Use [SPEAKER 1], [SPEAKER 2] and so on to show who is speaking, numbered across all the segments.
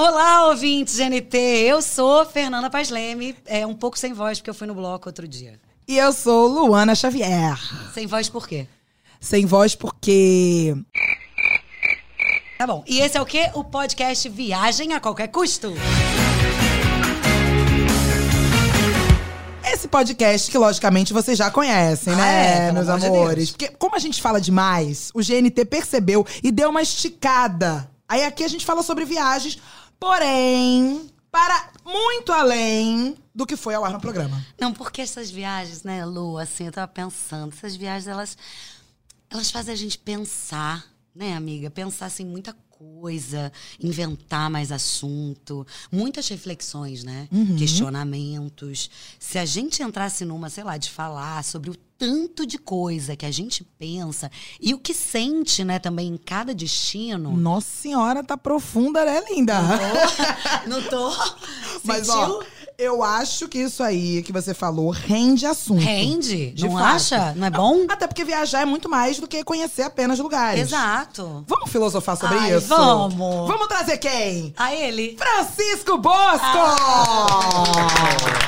[SPEAKER 1] Olá, ouvintes GNT. Eu sou Fernanda Paz Leme. É um pouco sem voz, porque eu fui no bloco outro dia.
[SPEAKER 2] E eu sou Luana Xavier.
[SPEAKER 1] Sem voz por quê?
[SPEAKER 2] Sem voz porque.
[SPEAKER 1] Tá bom. E esse é o quê? O podcast Viagem a Qualquer Custo.
[SPEAKER 2] Esse podcast que, logicamente, vocês já conhecem,
[SPEAKER 1] Ah, é,
[SPEAKER 2] né,
[SPEAKER 1] pelo
[SPEAKER 2] meus
[SPEAKER 1] amor de
[SPEAKER 2] amores?
[SPEAKER 1] Deus.
[SPEAKER 2] Porque, como a gente fala demais, o GNT percebeu e deu uma esticada. Aí aqui a gente fala sobre viagens, porém, para muito além do que foi ao ar no programa.
[SPEAKER 1] Não, porque essas viagens, né, Lu, assim, eu tava pensando, essas viagens, elas, elas fazem a gente pensar, né, amiga? Pensar, assim, muita coisa, inventar mais assunto, muitas reflexões, né?
[SPEAKER 2] Uhum.
[SPEAKER 1] Questionamentos. Se a gente entrasse numa, sei lá, de falar sobre o tanto de coisa que a gente pensa e o que sente, né, também em cada destino.
[SPEAKER 2] Nossa senhora, tá profunda, né, linda?
[SPEAKER 1] Não tô.
[SPEAKER 2] Mas,
[SPEAKER 1] Sentiu?
[SPEAKER 2] ó, eu acho que isso aí que você falou rende assunto.
[SPEAKER 1] Rende?
[SPEAKER 2] De
[SPEAKER 1] não
[SPEAKER 2] fato.
[SPEAKER 1] acha? Não é bom?
[SPEAKER 2] Até porque viajar é muito mais do que conhecer apenas lugares.
[SPEAKER 1] Exato.
[SPEAKER 2] Vamos filosofar sobre
[SPEAKER 1] Ai,
[SPEAKER 2] isso?
[SPEAKER 1] vamos.
[SPEAKER 2] Vamos trazer quem?
[SPEAKER 1] A ele.
[SPEAKER 2] Francisco
[SPEAKER 1] Ah.
[SPEAKER 2] Bosco!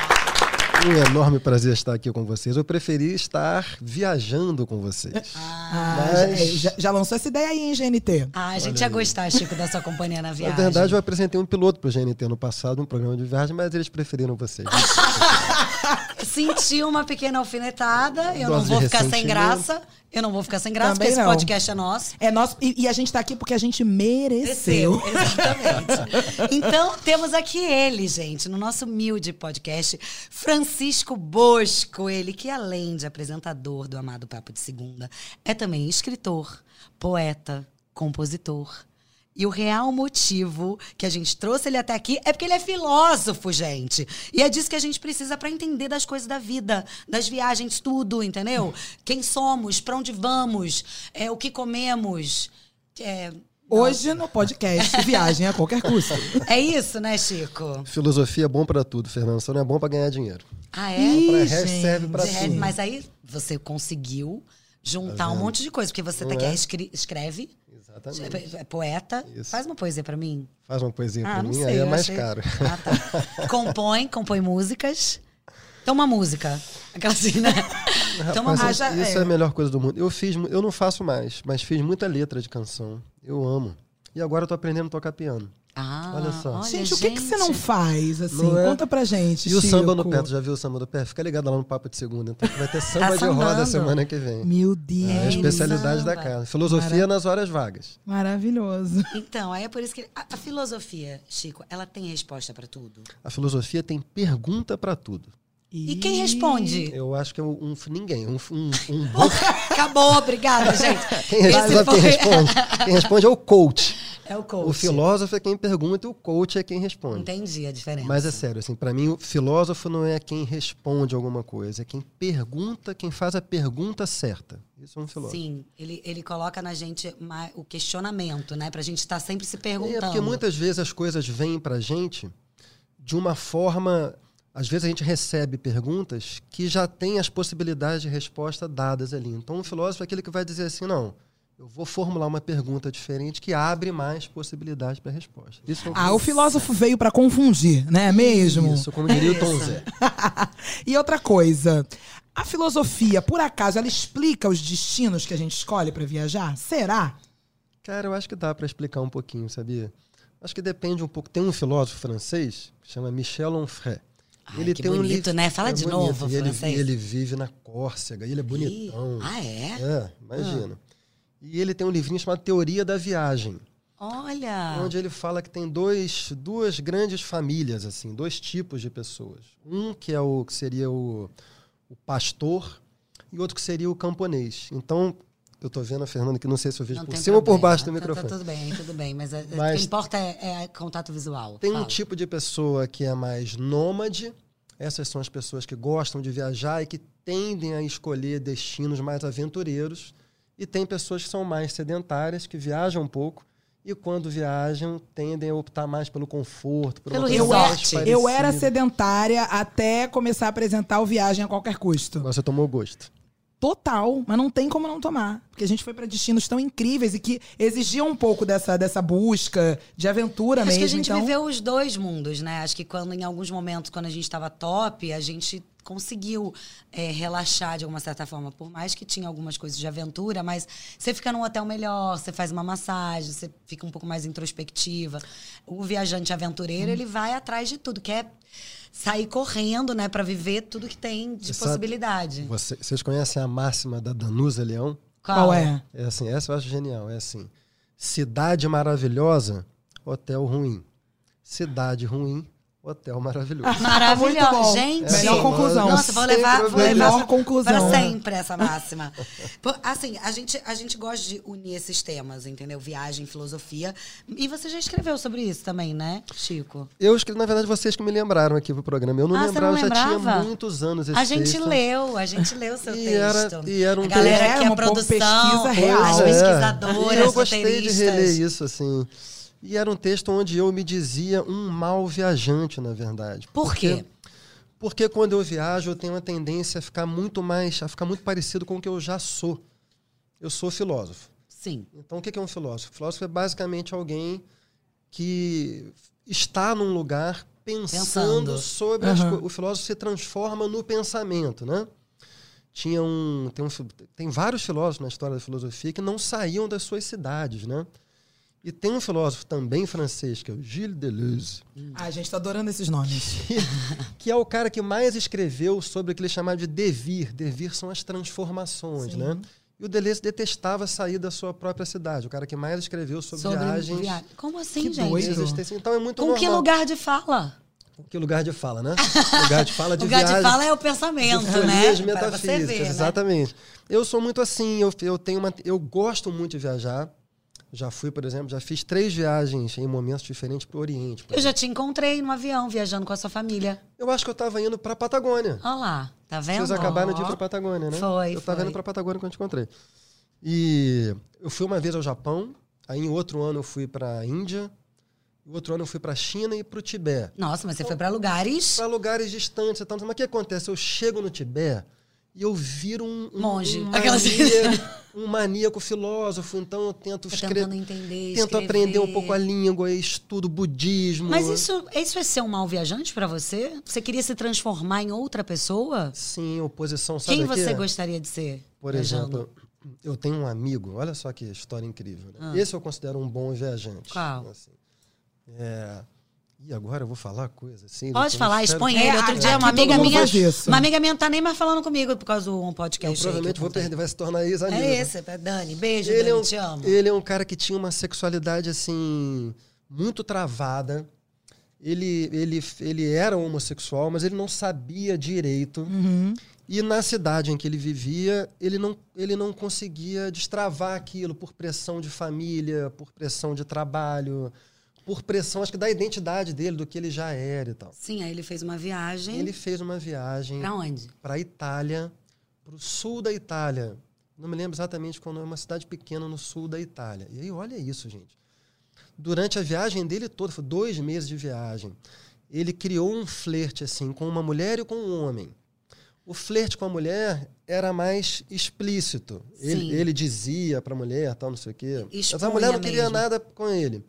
[SPEAKER 3] Um enorme prazer estar aqui com vocês. Eu preferi estar viajando com vocês.
[SPEAKER 2] Ah,
[SPEAKER 3] Mas-
[SPEAKER 2] já, já- já lançou essa ideia aí, hein, GNT?
[SPEAKER 1] Ah, a gente ia gostar, Chico, da sua companhia na
[SPEAKER 3] Na
[SPEAKER 1] viagem.
[SPEAKER 3] verdade, eu apresentei um piloto para o GNT no passado, um programa de viagem, mas eles preferiram vocês.
[SPEAKER 1] Ah. Senti uma pequena alfinetada, eu não
[SPEAKER 3] Dose de
[SPEAKER 1] vou ficar sem
[SPEAKER 3] ressentimento.
[SPEAKER 1] graça. Eu não vou ficar sem graça,
[SPEAKER 2] Também
[SPEAKER 1] porque
[SPEAKER 2] não.
[SPEAKER 1] esse podcast é nosso.
[SPEAKER 2] É nosso, e, e a gente tá aqui porque a gente mereceu.
[SPEAKER 1] Desceu, exatamente. Então, temos aqui ele, gente, no nosso humilde podcast, Francisco Bosco, ele que além de apresentador do Amado Papo de Segunda, é também escritor, poeta, compositor. E o real motivo que a gente trouxe ele até aqui é porque ele é filósofo, gente. E é disso que a gente precisa para entender das coisas da vida, das viagens, tudo, entendeu? Quem somos, para onde vamos, é, o que comemos. É,
[SPEAKER 2] Hoje no podcast Viagem a Qualquer Custo.
[SPEAKER 1] é isso, né, Chico?
[SPEAKER 3] Filosofia é bom para tudo, Fernando, só não é bom para ganhar dinheiro.
[SPEAKER 1] Ah,
[SPEAKER 2] Ih,
[SPEAKER 1] é?
[SPEAKER 3] Pra
[SPEAKER 2] gente.
[SPEAKER 3] resto serve para
[SPEAKER 1] De rap,
[SPEAKER 3] tudo. Tá
[SPEAKER 1] mas aí você conseguiu juntar um monte de coisa, porque você tá
[SPEAKER 3] Não
[SPEAKER 1] quer
[SPEAKER 3] é?
[SPEAKER 1] escre- escreve,
[SPEAKER 3] Exatamente.
[SPEAKER 1] é poeta,
[SPEAKER 3] Isso.
[SPEAKER 1] faz uma poesia pra mim.
[SPEAKER 3] Faz uma poesia
[SPEAKER 1] Ah,
[SPEAKER 3] para
[SPEAKER 1] não
[SPEAKER 3] mim,
[SPEAKER 1] sei.
[SPEAKER 3] aí é
[SPEAKER 1] eu
[SPEAKER 3] mais
[SPEAKER 1] achei-
[SPEAKER 3] caro.
[SPEAKER 1] Ah, tá. compõe, compõe músicas. Então uma música. Aquela assim, né? Toma
[SPEAKER 3] Rapaz,
[SPEAKER 1] música.
[SPEAKER 2] já-
[SPEAKER 3] isso
[SPEAKER 2] é.
[SPEAKER 3] é a melhor coisa do mundo. Eu fiz, mu- eu não faço mais, mas fiz muita letra de canção. Eu amo. E agora eu tô aprendendo a tocar piano.
[SPEAKER 1] Ah,
[SPEAKER 3] Olha só.
[SPEAKER 2] gente, o que, que você não
[SPEAKER 1] gente.
[SPEAKER 2] faz, assim?
[SPEAKER 3] Não é?
[SPEAKER 2] Conta pra gente,
[SPEAKER 3] E o samba no
[SPEAKER 2] Chico.
[SPEAKER 3] pé, tu já viu o samba do pé? Fica ligado lá no Papo de Segunda, então que vai ter samba de
[SPEAKER 1] sambando.
[SPEAKER 3] roda semana que vem.
[SPEAKER 2] Meu Deus.
[SPEAKER 3] É a especialidade
[SPEAKER 1] samba.
[SPEAKER 3] da casa. Filosofia nas horas vagas.
[SPEAKER 2] Maravilhoso.
[SPEAKER 1] Então, aí é por isso que a, a filosofia, Chico, ela tem resposta pra tudo.
[SPEAKER 3] A filosofia tem pergunta pra tudo.
[SPEAKER 1] E quem responde?
[SPEAKER 3] Eu acho que é um, um- ninguém, um, um, um bom-
[SPEAKER 1] Acabou, obrigada, gente.
[SPEAKER 3] quem responde, sabe quem responde? Quem responde é o coach.
[SPEAKER 1] É o coach.
[SPEAKER 3] O filósofo é quem pergunta e o coach é quem responde.
[SPEAKER 1] Entendi a diferença.
[SPEAKER 3] Mas é sério, assim, para mim o filósofo não é quem responde alguma coisa, é quem pergunta, quem faz a pergunta certa. Isso é um filósofo.
[SPEAKER 1] Sim, ele, ele coloca na gente ma- o questionamento, né? Pra gente estar sempre se perguntando.
[SPEAKER 3] É, porque muitas vezes as coisas vêm pra gente de uma forma. Às vezes a gente recebe perguntas que já tem as possibilidades de resposta dadas ali. Então, um filósofo é aquele que vai dizer assim: não, eu vou formular uma pergunta diferente que abre mais possibilidades para resposta. Isso é um
[SPEAKER 2] Ah, o filósofo veio pra confundir, né? Mesmo?
[SPEAKER 3] Isso, como diria o Tom
[SPEAKER 1] Isso.
[SPEAKER 3] Zé.
[SPEAKER 2] e outra coisa, a filosofia, por acaso, ela explica os destinos que a gente escolhe pra viajar? Será?
[SPEAKER 3] Cara, eu acho que dá para explicar um pouquinho, sabia? Acho que depende um pouco. Tem um filósofo francês que chama Michel Onfray. um
[SPEAKER 1] Ai, que bonito, né? Fala de novo,
[SPEAKER 3] é e ele,
[SPEAKER 1] francês.
[SPEAKER 3] e ele vive na Córcega, e ele é
[SPEAKER 1] Ih,
[SPEAKER 3] bonitão.
[SPEAKER 1] Ah, é?
[SPEAKER 3] É, imagina. E ele tem um livrinho chamado Teoria da Viagem,
[SPEAKER 1] Olha.
[SPEAKER 3] onde é ele fala que tem dois, duas grandes famílias, assim, dois tipos de pessoas. Um que é o que seria o, o pastor e outro que seria o camponês. Então, eu tô vendo a Fernanda que não sei se eu vejo
[SPEAKER 1] Não
[SPEAKER 3] por
[SPEAKER 1] tem
[SPEAKER 3] cima ou por
[SPEAKER 1] problema.
[SPEAKER 3] baixo do
[SPEAKER 1] Tá-
[SPEAKER 3] microfone.
[SPEAKER 1] Tá, tudo bem, tudo bem. Mas, é- o
[SPEAKER 3] Mas-
[SPEAKER 1] que importa é, é contato visual.
[SPEAKER 3] Tem um
[SPEAKER 1] Fala.
[SPEAKER 3] tipo de pessoa que é mais nômade. Essas são as pessoas que gostam de viajar e que tendem a escolher destinos mais aventureiros. E tem pessoas que são mais sedentárias, que viajam um pouco. E quando viajam, tendem a optar mais pelo conforto, por
[SPEAKER 1] Pelo
[SPEAKER 3] uma coisa
[SPEAKER 1] resort.
[SPEAKER 3] mais
[SPEAKER 2] Eu era
[SPEAKER 3] parecida.
[SPEAKER 2] sedentária até começar a apresentar o Viagem a Qualquer Custo.
[SPEAKER 3] Agora você tomou gosto.
[SPEAKER 2] total, mas não tem como não tomar. Porque a gente foi pra destinos tão incríveis e que exigiam um pouco dessa, dessa busca de aventura
[SPEAKER 1] Acho
[SPEAKER 2] mesmo.
[SPEAKER 1] que a gente
[SPEAKER 2] então...
[SPEAKER 1] viveu os dois mundos, né? Acho que quando, em alguns momentos, quando a gente estava top, a gente conseguiu é, relaxar de alguma certa forma. Por mais que tinha algumas coisas de aventura, mas você fica num hotel melhor, você faz uma massagem, você fica um pouco mais introspectiva. O viajante aventureiro,
[SPEAKER 2] Uhum.
[SPEAKER 1] ele vai atrás de tudo, quer sair correndo, né? Pra viver tudo que tem de
[SPEAKER 3] Você sabe-
[SPEAKER 1] possibilidade.
[SPEAKER 3] Você- vocês conhecem a máxima da Danusa Leão?
[SPEAKER 2] Qual é?
[SPEAKER 3] É assim, essa eu acho genial. É assim: cidade maravilhosa, hotel ruim. Cidade ruim, hotel
[SPEAKER 1] Ah.
[SPEAKER 3] maravilhoso.
[SPEAKER 1] Maravilhosa.
[SPEAKER 2] Muito bom.
[SPEAKER 1] Gente,
[SPEAKER 2] Melhor conclusão.
[SPEAKER 1] Nossa, vou levar, vou
[SPEAKER 3] É. Sempre
[SPEAKER 1] levar
[SPEAKER 2] Melhor conclusão.
[SPEAKER 1] pra sempre essa máxima. Pô, Assim, a gente, a gente gosta de unir esses temas, entendeu? Viagem, filosofia. E você já escreveu sobre isso também, né, Chico?
[SPEAKER 3] Eu escrevi, na verdade, vocês que me lembraram aqui pro programa. Eu não
[SPEAKER 1] Ah, você
[SPEAKER 3] lembrava,
[SPEAKER 1] não
[SPEAKER 3] já tinha
[SPEAKER 1] lembrava?
[SPEAKER 3] muitos anos esse
[SPEAKER 1] A gente
[SPEAKER 3] texto.
[SPEAKER 1] leu, a gente leu o seu
[SPEAKER 3] E
[SPEAKER 1] texto.
[SPEAKER 3] era- e era um
[SPEAKER 1] a galera
[SPEAKER 2] texto-
[SPEAKER 1] que
[SPEAKER 2] É,
[SPEAKER 1] é
[SPEAKER 2] uma
[SPEAKER 1] produção,
[SPEAKER 2] pesquisa real.
[SPEAKER 1] as
[SPEAKER 2] Pois é.
[SPEAKER 1] pesquisadoras,
[SPEAKER 3] E eu gostei de reler
[SPEAKER 1] roteiristas.
[SPEAKER 3] isso, assim. E era um texto onde eu me dizia um mau viajante, na verdade.
[SPEAKER 1] Por quê?
[SPEAKER 3] Porque quando eu viajo, eu tenho uma tendência a ficar muito mais, a ficar muito parecido com o que eu já sou. Eu sou filósofo.
[SPEAKER 1] Sim.
[SPEAKER 3] Então, o que é um filósofo? Filósofo é basicamente alguém que está num lugar pensando,
[SPEAKER 1] Pensando.
[SPEAKER 3] sobre as
[SPEAKER 2] Aham.
[SPEAKER 3] coisas. O filósofo se transforma no pensamento, né? Tinha um, tem, um, fi- tem vários filósofos na história da filosofia que não saíam das suas cidades, né? E tem um filósofo também francês, que é o Gilles Deleuze,
[SPEAKER 2] Ai, gente, tá adorando esses nomes.
[SPEAKER 3] que é o cara que mais escreveu sobre o que ele chamava de devir. Devir são as transformações,
[SPEAKER 2] Sim.
[SPEAKER 3] né? E o Deleuze detestava sair da sua própria cidade. O cara que mais escreveu sobre, viagens,
[SPEAKER 1] viagem. Como assim,
[SPEAKER 2] Que
[SPEAKER 1] gente?
[SPEAKER 2] doido.
[SPEAKER 3] existência. Então é muito
[SPEAKER 1] Com que
[SPEAKER 3] normal.
[SPEAKER 1] lugar de fala?
[SPEAKER 3] Com que lugar de fala, né? lugar de fala de
[SPEAKER 1] lugar
[SPEAKER 3] viagem.
[SPEAKER 1] de fala é o pensamento,
[SPEAKER 3] de
[SPEAKER 1] né?
[SPEAKER 3] folias
[SPEAKER 1] Para você
[SPEAKER 3] metafísicas,
[SPEAKER 1] ver, né?
[SPEAKER 3] exatamente. Eu sou muito assim, eu, eu tenho uma, eu gosto muito de viajar. Já fui, por exemplo, já fiz três viagens em momentos diferentes para o Oriente. por
[SPEAKER 1] Eu já
[SPEAKER 3] exemplo.
[SPEAKER 1] te encontrei no avião, viajando com a sua família.
[SPEAKER 3] Eu acho que eu estava indo para Patagônia.
[SPEAKER 1] Olha lá, tá vendo?
[SPEAKER 3] Vocês acabaram de ir
[SPEAKER 1] Ó.
[SPEAKER 3] para Patagônia, né?
[SPEAKER 1] Foi,
[SPEAKER 3] Eu estava
[SPEAKER 1] foi.
[SPEAKER 3] indo para Patagônia quando te encontrei. E eu fui uma vez ao Japão, aí em outro ano eu fui para a Índia, no outro ano eu fui para a China e para o Tibete.
[SPEAKER 1] Nossa, mas você foi pra lugares.
[SPEAKER 3] para lugares distantes e tal. Mas o que acontece? Eu chego no Tibete e eu viro um, um-
[SPEAKER 1] Monge.
[SPEAKER 3] um
[SPEAKER 1] Aquela- assim.
[SPEAKER 3] maníaco, um maníaco filósofo. Então eu tento
[SPEAKER 1] Tô
[SPEAKER 3] escrever,
[SPEAKER 1] tá tentando entender.
[SPEAKER 3] tento
[SPEAKER 1] escrever.
[SPEAKER 3] aprender um pouco a língua, eu estudo budismo.
[SPEAKER 1] Mas isso, isso é ser um mal viajante pra você? Você queria se transformar em outra pessoa?
[SPEAKER 3] sim, oposição. Sabe
[SPEAKER 1] Quem
[SPEAKER 3] o quê?
[SPEAKER 1] você gostaria de ser?
[SPEAKER 3] Por
[SPEAKER 1] viajando?
[SPEAKER 3] exemplo, eu tenho um amigo. Olha só que história incrível. né? Esse eu considero um bom viajante.
[SPEAKER 1] Ah. Qual?
[SPEAKER 3] assim. É, E agora eu vou falar coisa assim.
[SPEAKER 1] Pode
[SPEAKER 3] eu
[SPEAKER 1] falar,
[SPEAKER 3] espero-
[SPEAKER 1] expõe
[SPEAKER 2] É,
[SPEAKER 1] ele. Outro
[SPEAKER 2] aqui
[SPEAKER 1] dia, uma
[SPEAKER 2] todo
[SPEAKER 1] amiga
[SPEAKER 2] mundo
[SPEAKER 1] minha.
[SPEAKER 2] faz isso.
[SPEAKER 1] Uma amiga minha não tá nem mais falando comigo por causa do podcast.
[SPEAKER 3] Eu
[SPEAKER 1] aí que
[SPEAKER 3] provavelmente vou
[SPEAKER 1] contei.
[SPEAKER 3] perder, vai se tornar ex-amigo.
[SPEAKER 1] É esse, tá? Dani. Beijo,
[SPEAKER 3] ele,
[SPEAKER 1] Dani,
[SPEAKER 3] é um,
[SPEAKER 1] te amo.
[SPEAKER 3] ele é um cara que tinha uma sexualidade assim muito travada. Ele, ele, ele era homossexual, mas ele não sabia direito.
[SPEAKER 1] Uhum.
[SPEAKER 3] E na cidade em que ele vivia, ele não, ele não conseguia destravar aquilo por pressão de família, por pressão de trabalho, por pressão, acho que da identidade dele, do que ele já era e tal.
[SPEAKER 1] Sim, aí ele fez uma viagem.
[SPEAKER 3] Ele fez uma viagem
[SPEAKER 1] Pra onde?
[SPEAKER 3] para a Itália, para o sul da Itália. Não me lembro exatamente qual nome, é uma cidade pequena no sul da Itália. E aí, olha isso, gente. Durante a viagem dele toda, foi dois meses de viagem, ele criou um flerte assim com uma mulher e com um homem. O flerte com a mulher era mais explícito.
[SPEAKER 1] Sim.
[SPEAKER 3] Ele, ele dizia para a mulher, tal, não sei o quê. Mas a
[SPEAKER 1] Expunha
[SPEAKER 3] mulher não queria
[SPEAKER 1] mesmo.
[SPEAKER 3] nada com ele.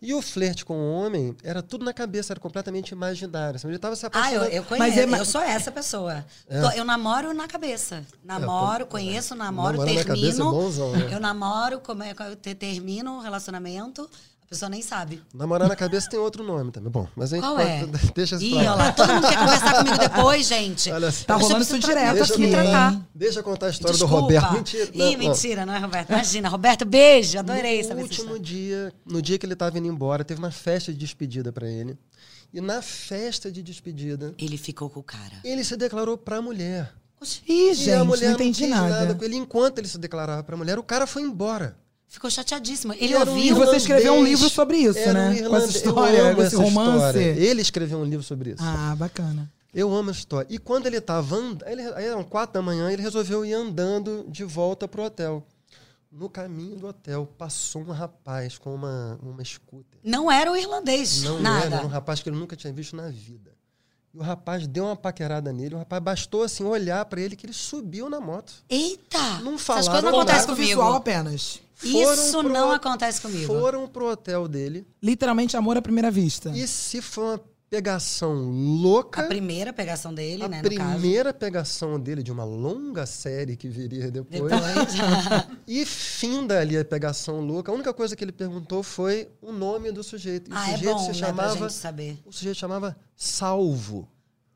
[SPEAKER 3] E o flerte com o homem era tudo na cabeça, era completamente imaginário. assim, ele estava se
[SPEAKER 1] Ah, eu,
[SPEAKER 3] apaixonando.
[SPEAKER 1] eu conheço.
[SPEAKER 2] Mas é ma-
[SPEAKER 1] Eu sou essa pessoa.
[SPEAKER 3] É.
[SPEAKER 1] Tô- eu namoro na cabeça. Namoro, conheço, namoro,
[SPEAKER 3] Namoro É, na cabeça é
[SPEAKER 1] termino.
[SPEAKER 3] bonzão, né?
[SPEAKER 1] Eu namoro, como é, que eu te- termino o relacionamento, a pessoa nem sabe.
[SPEAKER 3] Namorar na cabeça tem outro nome também. Bom, mas a gente
[SPEAKER 1] Qual
[SPEAKER 3] pode-
[SPEAKER 1] é?
[SPEAKER 3] deixa isso
[SPEAKER 1] Ih,
[SPEAKER 3] pra lá.
[SPEAKER 1] olha lá, todo mundo quer conversar comigo depois, gente.
[SPEAKER 3] Olha só.
[SPEAKER 2] Tá
[SPEAKER 1] Eu só
[SPEAKER 2] rolando
[SPEAKER 1] preciso
[SPEAKER 2] isso
[SPEAKER 1] tra- eu
[SPEAKER 2] direto
[SPEAKER 1] preciso
[SPEAKER 3] aqui,
[SPEAKER 1] me tratar.
[SPEAKER 2] hein?
[SPEAKER 3] Deixa eu contar a história
[SPEAKER 1] Tá. Desculpa.
[SPEAKER 3] do Roberto. Mentira.
[SPEAKER 1] Ih,
[SPEAKER 3] não, não.
[SPEAKER 1] mentira, não é, Roberto? Imagina, Roberto, beijo, adorei
[SPEAKER 3] No
[SPEAKER 1] saber essa
[SPEAKER 3] último
[SPEAKER 1] história.
[SPEAKER 3] dia, no dia que ele estava indo embora, teve uma festa de despedida para ele. E na festa de despedida,
[SPEAKER 1] Ele ficou com o cara.
[SPEAKER 3] ele se declarou para a mulher.
[SPEAKER 1] Oxi,
[SPEAKER 2] Ih,
[SPEAKER 3] e a
[SPEAKER 2] gente,
[SPEAKER 3] mulher
[SPEAKER 2] não entendi
[SPEAKER 3] quis
[SPEAKER 2] nada.
[SPEAKER 3] com ele. Enquanto ele se declarava para a mulher, o cara foi embora.
[SPEAKER 1] Ficou chateadíssimo. Ele
[SPEAKER 3] Era um
[SPEAKER 2] E
[SPEAKER 1] ouviu.
[SPEAKER 3] irlandês,
[SPEAKER 2] você escreveu um livro sobre isso,
[SPEAKER 3] era um
[SPEAKER 2] né? Com essa
[SPEAKER 3] irlandês. Eu
[SPEAKER 2] história,
[SPEAKER 3] amo
[SPEAKER 2] com esse
[SPEAKER 3] essa
[SPEAKER 2] romance.
[SPEAKER 3] história. Ele escreveu um livro sobre isso.
[SPEAKER 2] Ah, bacana.
[SPEAKER 3] Eu amo essa história. E quando ele estava andando, ele, aí eram quatro da manhã, ele resolveu ir andando de volta pro hotel. No caminho do hotel, passou um rapaz com uma, uma scooter.
[SPEAKER 1] Não era o irlandês.
[SPEAKER 3] Não é, né?
[SPEAKER 1] nada.
[SPEAKER 3] era, era um rapaz que ele nunca tinha visto na vida. E o rapaz deu uma paquerada nele, o rapaz bastou assim olhar pra ele que ele subiu na moto.
[SPEAKER 1] Eita!
[SPEAKER 3] Não
[SPEAKER 1] Essas
[SPEAKER 3] falaram
[SPEAKER 1] coisas não
[SPEAKER 3] nada.
[SPEAKER 1] acontecem
[SPEAKER 2] Contato
[SPEAKER 1] comigo.
[SPEAKER 2] visual apenas.
[SPEAKER 1] Isso
[SPEAKER 3] Foram
[SPEAKER 1] não
[SPEAKER 3] pro-
[SPEAKER 1] acontece comigo.
[SPEAKER 3] Foram pro hotel dele
[SPEAKER 2] Literalmente amor à primeira vista.
[SPEAKER 3] e se foi uma pegação louca,
[SPEAKER 1] A primeira pegação dele,
[SPEAKER 3] a
[SPEAKER 1] né, no caso.
[SPEAKER 3] primeira pegação dele de uma longa série que viria depois.
[SPEAKER 1] Depois.
[SPEAKER 3] E finda ali a pegação louca. A única coisa que ele perguntou foi o nome do sujeito. E o
[SPEAKER 1] ah, é
[SPEAKER 3] sujeito
[SPEAKER 1] bom,
[SPEAKER 3] se
[SPEAKER 1] né,
[SPEAKER 3] chamava,
[SPEAKER 1] pra gente saber.
[SPEAKER 3] o sujeito chamava Salvo.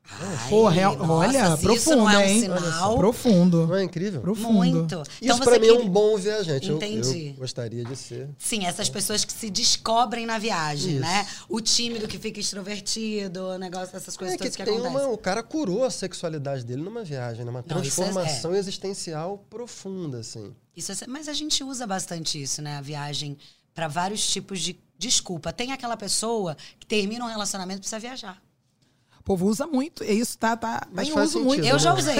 [SPEAKER 1] Ai,
[SPEAKER 2] Porra, é-
[SPEAKER 1] nossa,
[SPEAKER 2] olha,
[SPEAKER 1] se isso não
[SPEAKER 2] profundo,
[SPEAKER 1] é um
[SPEAKER 2] hein?
[SPEAKER 1] sinal,
[SPEAKER 2] Profundo.
[SPEAKER 3] Não é incrível?
[SPEAKER 2] Profundo.
[SPEAKER 1] muito. Então
[SPEAKER 3] Isso
[SPEAKER 1] você
[SPEAKER 3] pra mim é
[SPEAKER 1] queria-
[SPEAKER 3] um bom viajante. Eu-
[SPEAKER 1] Entendi.
[SPEAKER 3] Eu, gostaria de ser.
[SPEAKER 1] Sim, essas pessoas que se descobrem na viagem,
[SPEAKER 3] Isso.
[SPEAKER 1] né? O tímido que fica extrovertido, o negócio, essas coisas
[SPEAKER 3] É que,
[SPEAKER 1] todas que
[SPEAKER 3] tem uma,
[SPEAKER 1] acontecem.
[SPEAKER 3] o cara curou a sexualidade dele numa viagem, numa
[SPEAKER 1] Não, isso é-
[SPEAKER 3] transformação existencial profunda, assim.
[SPEAKER 1] Isso é- mas a gente usa bastante isso, né? A viagem para vários tipos de desculpa. Tem aquela pessoa que termina um relacionamento e precisa viajar.
[SPEAKER 2] O povo usa muito. E isso tá, tá, tá
[SPEAKER 3] Mas
[SPEAKER 2] em
[SPEAKER 3] faz
[SPEAKER 2] uso
[SPEAKER 3] sentido.
[SPEAKER 2] muito.
[SPEAKER 1] Eu já
[SPEAKER 3] né?
[SPEAKER 1] usei.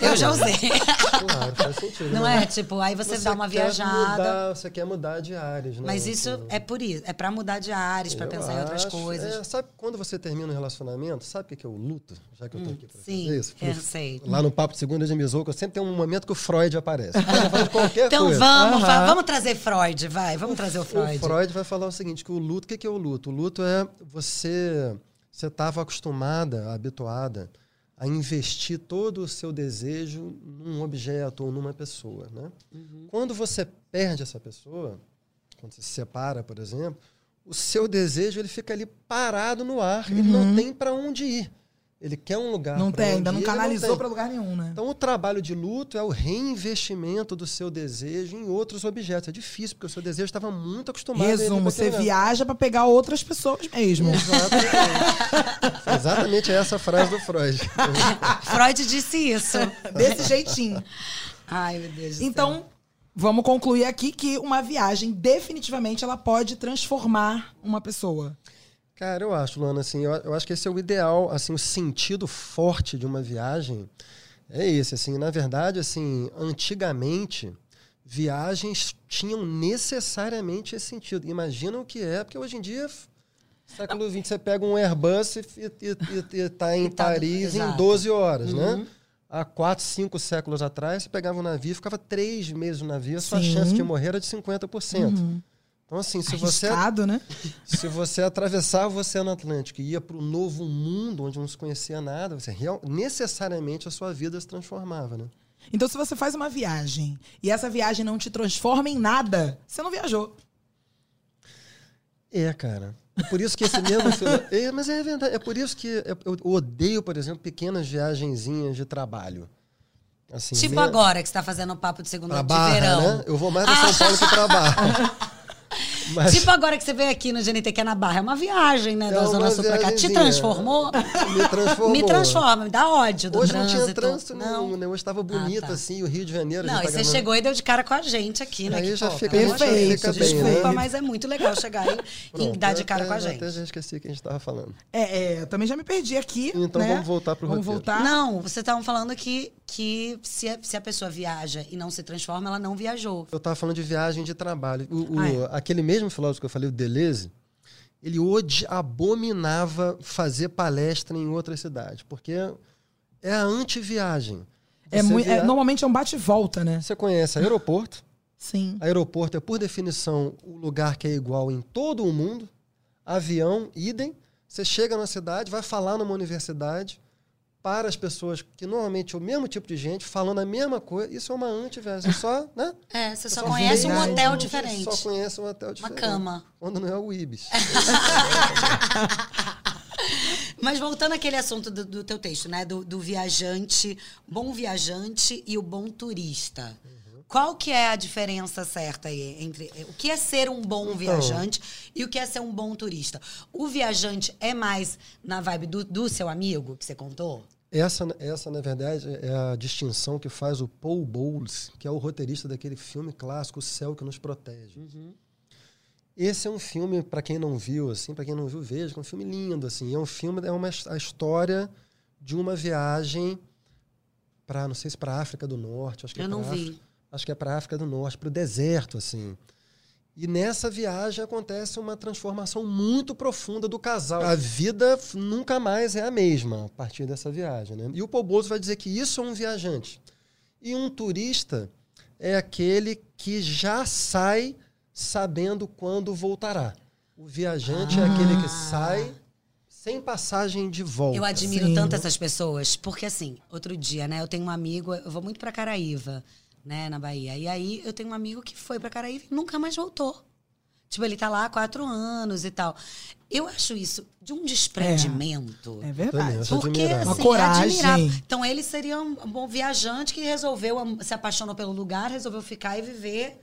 [SPEAKER 1] Eu já usei.
[SPEAKER 3] Claro, faz sentido.
[SPEAKER 1] Não
[SPEAKER 3] né?
[SPEAKER 1] é? Tipo, aí você, dá uma
[SPEAKER 3] quer
[SPEAKER 1] viajada.
[SPEAKER 3] mudar, você quer mudar de áreas, né?
[SPEAKER 1] Mas isso
[SPEAKER 3] Assim,
[SPEAKER 1] é por isso. É pra mudar de áreas, pra
[SPEAKER 3] Eu
[SPEAKER 1] pensar tá em outras
[SPEAKER 3] acho.
[SPEAKER 1] coisas.
[SPEAKER 3] É, sabe quando você termina um relacionamento, sabe o que que é o luto? Já que eu tô aqui pra
[SPEAKER 1] Hum, Sim, é.
[SPEAKER 3] fazer É isso.
[SPEAKER 1] eu sei.
[SPEAKER 3] Lá no Papo de Segunda de Mizuko, sempre tem um momento que o Freud aparece. Ele fala de qualquer
[SPEAKER 1] Então
[SPEAKER 3] coisa.
[SPEAKER 1] vamos, fa-
[SPEAKER 2] Aham.
[SPEAKER 1] vamos trazer Freud, vai. Vamos trazer o
[SPEAKER 3] O
[SPEAKER 1] Freud.
[SPEAKER 3] Freud vai falar o seguinte, que o luto, o que que é o luto? O luto é você você estava acostumada, habituada a investir todo o seu desejo num objeto ou numa pessoa, né?
[SPEAKER 2] Uhum.
[SPEAKER 3] Quando você perde essa pessoa, quando você se separa, por exemplo, o seu desejo ele fica ali parado no ar, ele não tem para onde ir. Ele quer um lugar
[SPEAKER 2] Uhum. Não
[SPEAKER 3] pra
[SPEAKER 2] tem,
[SPEAKER 3] onde
[SPEAKER 2] ainda não
[SPEAKER 3] ir, ele
[SPEAKER 2] canalizou
[SPEAKER 3] tem.
[SPEAKER 2] pra lugar nenhum, né?
[SPEAKER 3] Então, o trabalho de luto é o reinvestimento do seu desejo em outros objetos. É difícil, porque o seu desejo estava muito acostumado. a ele
[SPEAKER 2] Resumo, você
[SPEAKER 3] naquele lugar.
[SPEAKER 2] viaja pra pegar outras pessoas mesmo.
[SPEAKER 3] Exatamente. Foi Exatamente essa frase do Freud.
[SPEAKER 1] Ah, Freud disse isso.
[SPEAKER 3] É.
[SPEAKER 2] Desse jeitinho.
[SPEAKER 1] Ai, meu Deus do céu.
[SPEAKER 2] Então, vamos concluir aqui que uma viagem, definitivamente, ela pode transformar uma pessoa.
[SPEAKER 3] Cara, eu acho, Luana, assim, eu, eu acho que esse é o ideal, assim, o sentido forte de uma viagem é esse, assim, na verdade, assim, antigamente viagens tinham necessariamente esse sentido. Imagina o que é, porque hoje em dia f- século XX, você pega um Airbus e, e, e- e- e tá em
[SPEAKER 1] E tá-
[SPEAKER 3] Paris em
[SPEAKER 1] exato. Uhum.
[SPEAKER 3] 12 horas, né? Há quatro, cinco séculos atrás, você pegava um navio, ficava três meses no navio, a sua
[SPEAKER 2] Sim.
[SPEAKER 3] chance de morrer era de 50%.
[SPEAKER 1] Uhum.
[SPEAKER 3] Então, assim, se você
[SPEAKER 2] Arriscado, né?
[SPEAKER 3] se você atravessava o Oceano Atlântico e ia para o novo mundo, onde não se conhecia nada, você real- necessariamente a sua vida se transformava, né?
[SPEAKER 2] Então, se você faz uma viagem e essa viagem não te transforma em nada, você não viajou.
[SPEAKER 3] É, cara. É Por isso que esse mesmo filme... É, mas é verdade. É por isso que eu- eu odeio, por exemplo, pequenas viagenzinhas de trabalho. Assim,
[SPEAKER 1] tipo
[SPEAKER 3] me-
[SPEAKER 1] agora que você tá fazendo o papo de segunda
[SPEAKER 3] Pra
[SPEAKER 1] de
[SPEAKER 3] Barra,
[SPEAKER 1] verão. Ah.
[SPEAKER 3] né? Eu vou mais pra São Paulo que pra Barra. Mas
[SPEAKER 1] Tipo agora que você veio aqui no GNT, que é na Barra. É uma viagem, né?
[SPEAKER 3] É
[SPEAKER 1] da
[SPEAKER 3] uma
[SPEAKER 1] Zona Sul pra cá. Te
[SPEAKER 3] viagenzinha.
[SPEAKER 1] transformou?
[SPEAKER 3] me transformou.
[SPEAKER 1] Me transforma, me dá ódio do
[SPEAKER 3] Hoje não
[SPEAKER 1] trânsito.
[SPEAKER 3] tinha trânsito
[SPEAKER 1] não.
[SPEAKER 3] nenhum, né? Hoje estava bonito,
[SPEAKER 1] tá.
[SPEAKER 3] assim, o Rio de Janeiro. a
[SPEAKER 1] Não,
[SPEAKER 3] gente
[SPEAKER 1] e
[SPEAKER 3] tá
[SPEAKER 1] você
[SPEAKER 3] gravando-
[SPEAKER 1] chegou e deu de cara com a gente aqui, né?
[SPEAKER 3] Aí
[SPEAKER 1] que,
[SPEAKER 3] já
[SPEAKER 1] pô,
[SPEAKER 3] fica,
[SPEAKER 1] pelo amor de
[SPEAKER 2] perfeito,
[SPEAKER 1] Deus,
[SPEAKER 2] bem, né?
[SPEAKER 1] Desculpa, mas é muito legal chegar aí e
[SPEAKER 3] Pronto,
[SPEAKER 1] dar de
[SPEAKER 3] eu
[SPEAKER 1] cara
[SPEAKER 3] até-
[SPEAKER 1] com a
[SPEAKER 3] eu
[SPEAKER 1] gente.
[SPEAKER 3] Até já esqueci o que a gente estava falando.
[SPEAKER 2] É, é, eu também já me perdi aqui.
[SPEAKER 3] Então
[SPEAKER 2] né?
[SPEAKER 3] vamos voltar pro
[SPEAKER 2] Vamos
[SPEAKER 3] roteiro.
[SPEAKER 2] voltar.
[SPEAKER 1] tá? Não, vocês estavam falando que, que se, a, se a pessoa viaja e não se transforma, ela não viajou.
[SPEAKER 3] Eu estava falando de viagem de trabalho. O- o-
[SPEAKER 2] Ah, é.
[SPEAKER 3] Aquele mesmo filósofo que eu falei, o Deleuze, ele hoje abominava fazer palestra em outra cidade, porque é a anti-viagem.
[SPEAKER 2] É,
[SPEAKER 3] Você
[SPEAKER 2] mui- é,
[SPEAKER 3] via-
[SPEAKER 2] normalmente é um bate-volta, né?
[SPEAKER 3] Você conhece aeroporto.
[SPEAKER 2] Sim.
[SPEAKER 3] Aeroporto é, por definição, o lugar que é igual em todo o mundo. Avião, idem. Você chega numa cidade, vai falar numa universidade para as pessoas que normalmente é o mesmo tipo de gente, falando a mesma coisa. Isso é uma antiversa. É só, né?
[SPEAKER 1] É, você só
[SPEAKER 3] Só
[SPEAKER 1] conhece um
[SPEAKER 2] verdade.
[SPEAKER 1] hotel
[SPEAKER 3] Só
[SPEAKER 1] diferente.
[SPEAKER 3] conhece um hotel
[SPEAKER 1] Uma
[SPEAKER 3] diferente.
[SPEAKER 1] cama.
[SPEAKER 3] Quando não é o Ibis.
[SPEAKER 1] Mas voltando àquele assunto do, do teu texto, né? Do, do viajante, bom viajante e o bom turista. Qual que é a diferença certa aí entre o que é ser um bom viajante e o que é ser um bom turista? O viajante é mais na vibe do, do seu amigo que você contou?
[SPEAKER 3] Essa, essa, na verdade, é a distinção que faz o Paul Bowles, que é o roteirista daquele filme clássico O Céu que Nos Protege.
[SPEAKER 1] Uhum.
[SPEAKER 3] Esse é um filme, para quem não viu, assim, para quem não viu, veja, que é um filme lindo, assim. É um filme, é uma his- a história de uma viagem para, não sei se para África do Norte, acho que é
[SPEAKER 1] Eu não
[SPEAKER 3] pra
[SPEAKER 1] vi.
[SPEAKER 3] África- acho que é para África do Norte, para o deserto, assim. E nessa viagem acontece uma transformação muito profunda do casal. A vida f- nunca mais é a mesma a partir dessa viagem. Né? E o Paul Bozo vai dizer que isso é um viajante. E um turista é aquele que já sai sabendo quando voltará. O viajante é
[SPEAKER 1] Ah.
[SPEAKER 3] aquele que sai sem passagem de volta.
[SPEAKER 1] Eu admiro
[SPEAKER 2] Sim.
[SPEAKER 1] tanto essas pessoas, porque assim, outro dia, né, eu tenho um amigo, eu vou muito pra Caraíva, né, na Bahia. E aí eu tenho um amigo que foi pra Caraíva e nunca mais voltou. Tipo, ele tá lá há quatro anos e tal. Eu acho isso de um desprendimento.
[SPEAKER 2] É
[SPEAKER 3] Também, eu
[SPEAKER 2] verdade.
[SPEAKER 3] sou
[SPEAKER 1] Porque,
[SPEAKER 3] admirável.
[SPEAKER 2] Uma
[SPEAKER 1] assim,
[SPEAKER 2] coragem.
[SPEAKER 1] admirável. Então, ele seria um bom viajante que resolveu, am- se apaixonou pelo lugar, resolveu ficar e viver.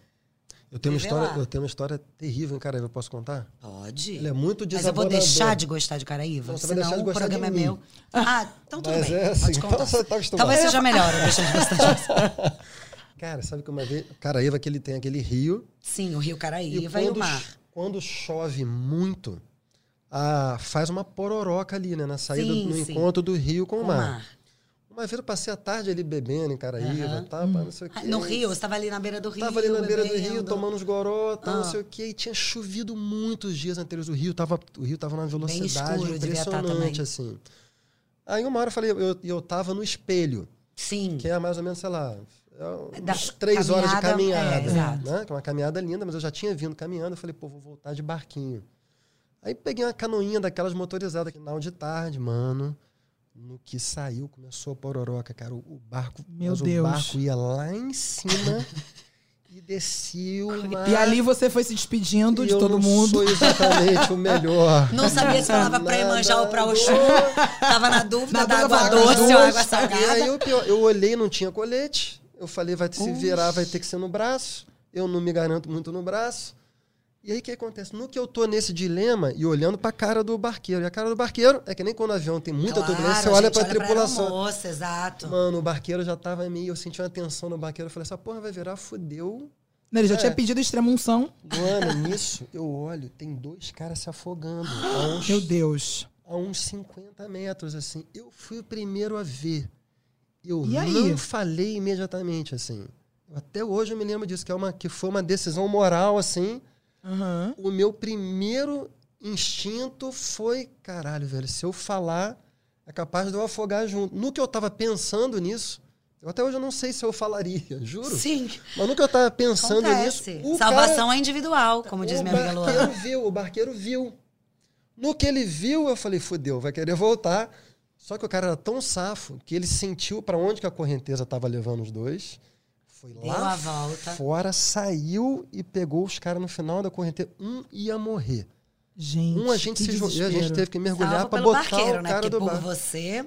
[SPEAKER 3] Eu tenho, uma
[SPEAKER 1] Vê
[SPEAKER 3] história,
[SPEAKER 1] lá.
[SPEAKER 3] eu tenho uma história terrível, cara, eu posso contar?
[SPEAKER 1] Pode.
[SPEAKER 3] Ela é muito
[SPEAKER 1] Mas eu vou deixar
[SPEAKER 3] desabonadora.
[SPEAKER 1] de gostar de Caraíva,
[SPEAKER 3] Não, você vai
[SPEAKER 1] senão
[SPEAKER 3] deixar de
[SPEAKER 1] o
[SPEAKER 3] gostar
[SPEAKER 1] programa é
[SPEAKER 3] de mim.
[SPEAKER 1] meu. Ah, então tudo
[SPEAKER 3] Mas
[SPEAKER 1] bem.
[SPEAKER 3] é
[SPEAKER 1] pode
[SPEAKER 3] assim, então
[SPEAKER 1] contar.
[SPEAKER 3] você tá acostumado.
[SPEAKER 1] Talvez seja melhor eu deixar de gostar de você.
[SPEAKER 3] Cara, sabe que uma vez. Caraíva que ele tem aquele rio.
[SPEAKER 1] Sim, o Rio
[SPEAKER 3] E
[SPEAKER 1] Caraíva e, o
[SPEAKER 3] quando,
[SPEAKER 1] mar.
[SPEAKER 3] ch- quando chove muito, a- faz uma pororoca ali, né? Na saída,
[SPEAKER 1] Sim,
[SPEAKER 3] no
[SPEAKER 1] sim.
[SPEAKER 3] encontro do rio com
[SPEAKER 1] O
[SPEAKER 3] o
[SPEAKER 1] mar.
[SPEAKER 3] mar. Uma vez eu passei a tarde ali bebendo em Caraíva,
[SPEAKER 1] Aham.
[SPEAKER 3] tá, pá, não sei o quê.
[SPEAKER 1] Ah, No Rio, você tava ali na beira do Rio.
[SPEAKER 3] Tava ali na beira do
[SPEAKER 1] bebendo.
[SPEAKER 3] rio, tomando uns goró, tal,
[SPEAKER 1] Ah.
[SPEAKER 3] não sei o quê. E tinha chovido muitos dias anteriores. O rio tava, o rio tava numa velocidade
[SPEAKER 1] escuro, devia tá
[SPEAKER 3] impressionante,
[SPEAKER 1] também.
[SPEAKER 3] assim. Aí uma hora eu falei, eu, eu tava no espelho,
[SPEAKER 1] Sim.
[SPEAKER 3] que é mais ou menos, sei lá, é
[SPEAKER 1] Da-
[SPEAKER 3] uns três horas de
[SPEAKER 1] caminhada, é,
[SPEAKER 3] caminhada.
[SPEAKER 1] exato.
[SPEAKER 3] né? Que é uma caminhada linda, mas eu já tinha vindo caminhando. Eu falei, pô, vou voltar de barquinho. Aí peguei uma canoinha daquelas motorizadas, final de tarde, mano. No que saiu, começou a pororoca, cara. O, o barco.
[SPEAKER 2] Meu
[SPEAKER 3] mas
[SPEAKER 2] Deus.
[SPEAKER 3] O barco ia lá em cima e descia uma.
[SPEAKER 2] E ali você foi se despedindo
[SPEAKER 3] E
[SPEAKER 2] de
[SPEAKER 3] eu
[SPEAKER 2] todo
[SPEAKER 3] não
[SPEAKER 2] mundo.
[SPEAKER 3] Sou exatamente o melhor.
[SPEAKER 1] Não sabia se falava pra Emanjá ou pra Oxum. Tava na dúvida
[SPEAKER 2] Na
[SPEAKER 1] da
[SPEAKER 2] dúvida
[SPEAKER 1] água
[SPEAKER 2] pra água
[SPEAKER 1] doce ou
[SPEAKER 2] doce.
[SPEAKER 1] água
[SPEAKER 3] E aí
[SPEAKER 1] salgada.
[SPEAKER 3] o pior, eu olhei, não tinha colete. Eu falei, vai se virar, vai ter que ser no braço. Eu não me garanto muito no braço. E aí o que acontece? No que eu tô nesse dilema e olhando pra cara do barqueiro. E a cara do barqueiro é que nem quando o avião tem muita turbulência, você
[SPEAKER 1] a
[SPEAKER 3] olha
[SPEAKER 1] gente
[SPEAKER 3] pra tripulação.
[SPEAKER 1] aeromoça, exato.
[SPEAKER 3] Mano, o barqueiro já tava meio. Eu senti uma tensão no barqueiro. Eu falei, essa porra vai virar, fudeu.
[SPEAKER 2] Não, Ele já
[SPEAKER 3] É.
[SPEAKER 2] tinha pedido extremunção.
[SPEAKER 3] Luana, nisso, eu olho, tem dois caras se afogando. É um A uns,
[SPEAKER 2] Meu Deus.
[SPEAKER 3] a uns 50 metros, assim. Eu fui o primeiro a ver. Eu
[SPEAKER 2] E aí?
[SPEAKER 3] não falei imediatamente, assim. Até hoje eu me lembro disso, que, é uma, que foi uma decisão moral, assim.
[SPEAKER 2] Aham.
[SPEAKER 3] O meu primeiro instinto foi, caralho, velho, se eu falar, é capaz de eu afogar junto. No que eu tava pensando nisso, eu até hoje eu não sei se eu falaria, juro.
[SPEAKER 1] Sim,
[SPEAKER 3] Mas no que eu tava pensando
[SPEAKER 1] acontece.
[SPEAKER 3] nisso, o
[SPEAKER 1] Salvação é individual, como
[SPEAKER 3] cara,
[SPEAKER 1] diz
[SPEAKER 3] o
[SPEAKER 1] minha amiga Luana.
[SPEAKER 3] barqueiro viu, o barqueiro viu. No que ele viu, eu falei, fudeu, vai querer voltar. Só que o cara era tão safo que ele sentiu pra onde que a correnteza tava levando os dois. Foi
[SPEAKER 1] Deu
[SPEAKER 3] lá
[SPEAKER 1] a volta.
[SPEAKER 3] fora, saiu e pegou os caras no final da correnteza. Um ia morrer.
[SPEAKER 2] Gente.
[SPEAKER 3] Um a gente
[SPEAKER 2] que
[SPEAKER 3] se jogou e a
[SPEAKER 2] desespero.
[SPEAKER 3] gente teve que mergulhar
[SPEAKER 1] Salvo
[SPEAKER 3] pra
[SPEAKER 1] pelo
[SPEAKER 3] botar
[SPEAKER 1] barqueiro,
[SPEAKER 3] o
[SPEAKER 1] né?
[SPEAKER 3] cara
[SPEAKER 1] Porque
[SPEAKER 3] do
[SPEAKER 1] por
[SPEAKER 3] bar.
[SPEAKER 1] você,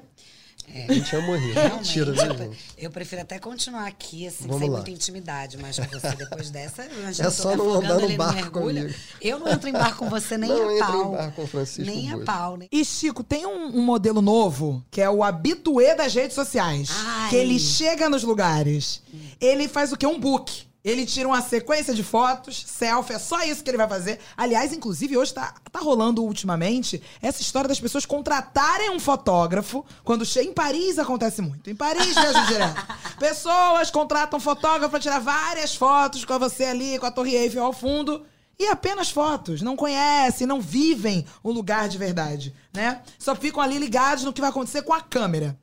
[SPEAKER 3] A gente ia morrer. né, É Mentira, viu,
[SPEAKER 1] Realmente,
[SPEAKER 3] gente?
[SPEAKER 1] Eu prefiro até continuar aqui, assim,
[SPEAKER 3] Vamos
[SPEAKER 1] sem
[SPEAKER 3] lá.
[SPEAKER 1] muita intimidade, mas com você depois dessa, eu imagino
[SPEAKER 3] É
[SPEAKER 1] que eu tô
[SPEAKER 3] só
[SPEAKER 1] me
[SPEAKER 3] não
[SPEAKER 1] afogando,
[SPEAKER 3] andar no
[SPEAKER 1] ele não
[SPEAKER 3] barco
[SPEAKER 1] mergulha.
[SPEAKER 3] comigo.
[SPEAKER 1] Eu não entro em barco com você nem
[SPEAKER 3] Não
[SPEAKER 1] a
[SPEAKER 3] entra
[SPEAKER 1] pau.
[SPEAKER 3] em bar com o Francisco
[SPEAKER 1] nem a
[SPEAKER 3] Bozo.
[SPEAKER 1] pau, nem.
[SPEAKER 2] E, Chico, tem um, um modelo novo, que é o habituê das redes sociais.
[SPEAKER 1] Ai.
[SPEAKER 2] Que ele chega nos lugares, ele faz o quê? Um book. Ele tira uma sequência de fotos, selfie, é só isso que ele vai fazer. Aliás, inclusive, hoje tá, tá rolando ultimamente essa história das pessoas contratarem um fotógrafo quando chega. Em Paris acontece muito. Em Paris, vejo direto. Pessoas contratam um fotógrafo pra tirar várias fotos com você ali, com a Torre Eiffel ao fundo. E apenas fotos, não conhecem, não vivem o lugar de verdade, né? Só ficam ali ligados no que vai acontecer com a câmera.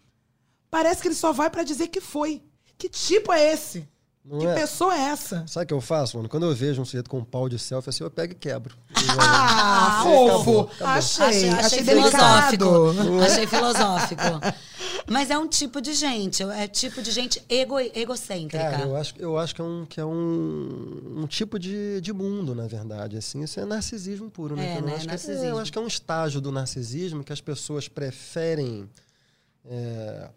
[SPEAKER 2] Parece que ele só vai pra dizer que foi. Que tipo é esse?
[SPEAKER 3] Não
[SPEAKER 2] que
[SPEAKER 3] é?
[SPEAKER 2] pessoa é essa?
[SPEAKER 3] Sabe o que eu faço, mano? Quando eu vejo um sujeito com um pau de selfie, assim, eu pego e quebro.
[SPEAKER 2] Ah,
[SPEAKER 1] Ah,
[SPEAKER 2] fofo!
[SPEAKER 3] acabou, acabou.
[SPEAKER 2] Achei, achei,
[SPEAKER 1] filosófico.
[SPEAKER 2] delicado.
[SPEAKER 1] Achei filosófico. Mas é um tipo de gente, é tipo de gente ego, egocêntrica.
[SPEAKER 3] Cara, eu acho, eu acho que é um, que é um, um tipo de, de mundo, na verdade. Assim. Isso é narcisismo puro, né?
[SPEAKER 1] É,
[SPEAKER 3] cara? eu,
[SPEAKER 1] né?
[SPEAKER 3] acho que, é,
[SPEAKER 1] Narcisismo.
[SPEAKER 3] eu acho que é um estágio do narcisismo que as pessoas preferem é,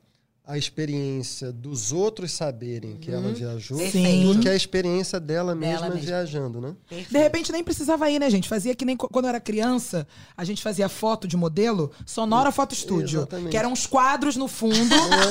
[SPEAKER 3] a experiência dos outros saberem que
[SPEAKER 2] Uhum.
[SPEAKER 3] ela viajou
[SPEAKER 1] Perfeito.
[SPEAKER 3] do que a experiência dela mesma
[SPEAKER 1] mesma.
[SPEAKER 3] viajando, né?
[SPEAKER 2] De repente nem precisava ir, né, gente? Fazia que nem co- quando eu era criança, a gente fazia foto de modelo, sonora foto estúdio.
[SPEAKER 3] Exatamente. É.
[SPEAKER 2] Que eram uns quadros no fundo.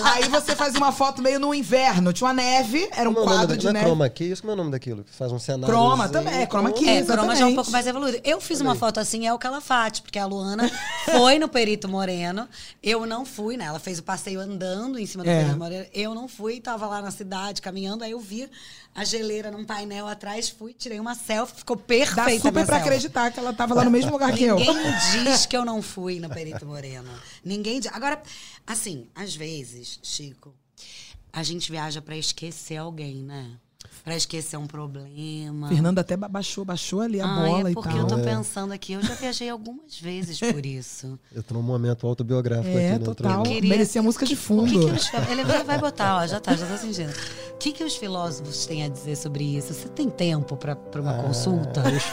[SPEAKER 2] aí você fazia uma foto meio no inverno. Tinha uma neve, era um
[SPEAKER 3] Como é o nome
[SPEAKER 2] quadro
[SPEAKER 3] da-
[SPEAKER 2] de
[SPEAKER 3] não é
[SPEAKER 2] neve.
[SPEAKER 3] Chroma key, isso como é o nome daquilo? Que faz um cenário.
[SPEAKER 2] Croma também, é croma key.
[SPEAKER 1] É,
[SPEAKER 2] Exatamente.
[SPEAKER 1] croma já é um pouco mais evoluído. Eu fiz uma foto assim, é o Calafate, porque a Luana foi no Perito Moreno. Eu não fui, né? Ela fez o passeio andando em cima do
[SPEAKER 2] É.
[SPEAKER 1] Perito Moreno. Eu não fui, tava lá na cidade caminhando. Aí eu vi a geleira num painel atrás, fui, tirei uma selfie, ficou perfeita.
[SPEAKER 2] Dá
[SPEAKER 1] a minha
[SPEAKER 2] super pra
[SPEAKER 1] selfie.
[SPEAKER 2] acreditar que ela tava lá no mesmo lugar que
[SPEAKER 1] Ninguém
[SPEAKER 2] eu.
[SPEAKER 1] diz que eu não fui no Perito Moreno. Ninguém diz. Agora, assim, às vezes, Chico, a gente viaja pra esquecer alguém, né? Pra esquecer um problema.
[SPEAKER 2] Fernanda até ba- baixou, baixou ali a
[SPEAKER 1] Ah,
[SPEAKER 2] bola
[SPEAKER 1] é
[SPEAKER 2] e
[SPEAKER 1] porque
[SPEAKER 2] tal.
[SPEAKER 1] eu tô
[SPEAKER 3] É.
[SPEAKER 1] pensando aqui, eu já viajei algumas vezes por isso.
[SPEAKER 3] Eu tô num momento autobiográfico
[SPEAKER 2] É,
[SPEAKER 3] aqui, né?
[SPEAKER 2] total.
[SPEAKER 3] Entrando-
[SPEAKER 1] queria-
[SPEAKER 2] Merecia música de
[SPEAKER 1] O que, que
[SPEAKER 2] fundo.
[SPEAKER 1] os filó- Ele vai- vai botar, ó, já tá, já tá sentindo. O que, que os filósofos têm a dizer sobre isso? Você tem tempo pra, pra uma consulta?
[SPEAKER 3] Ah, os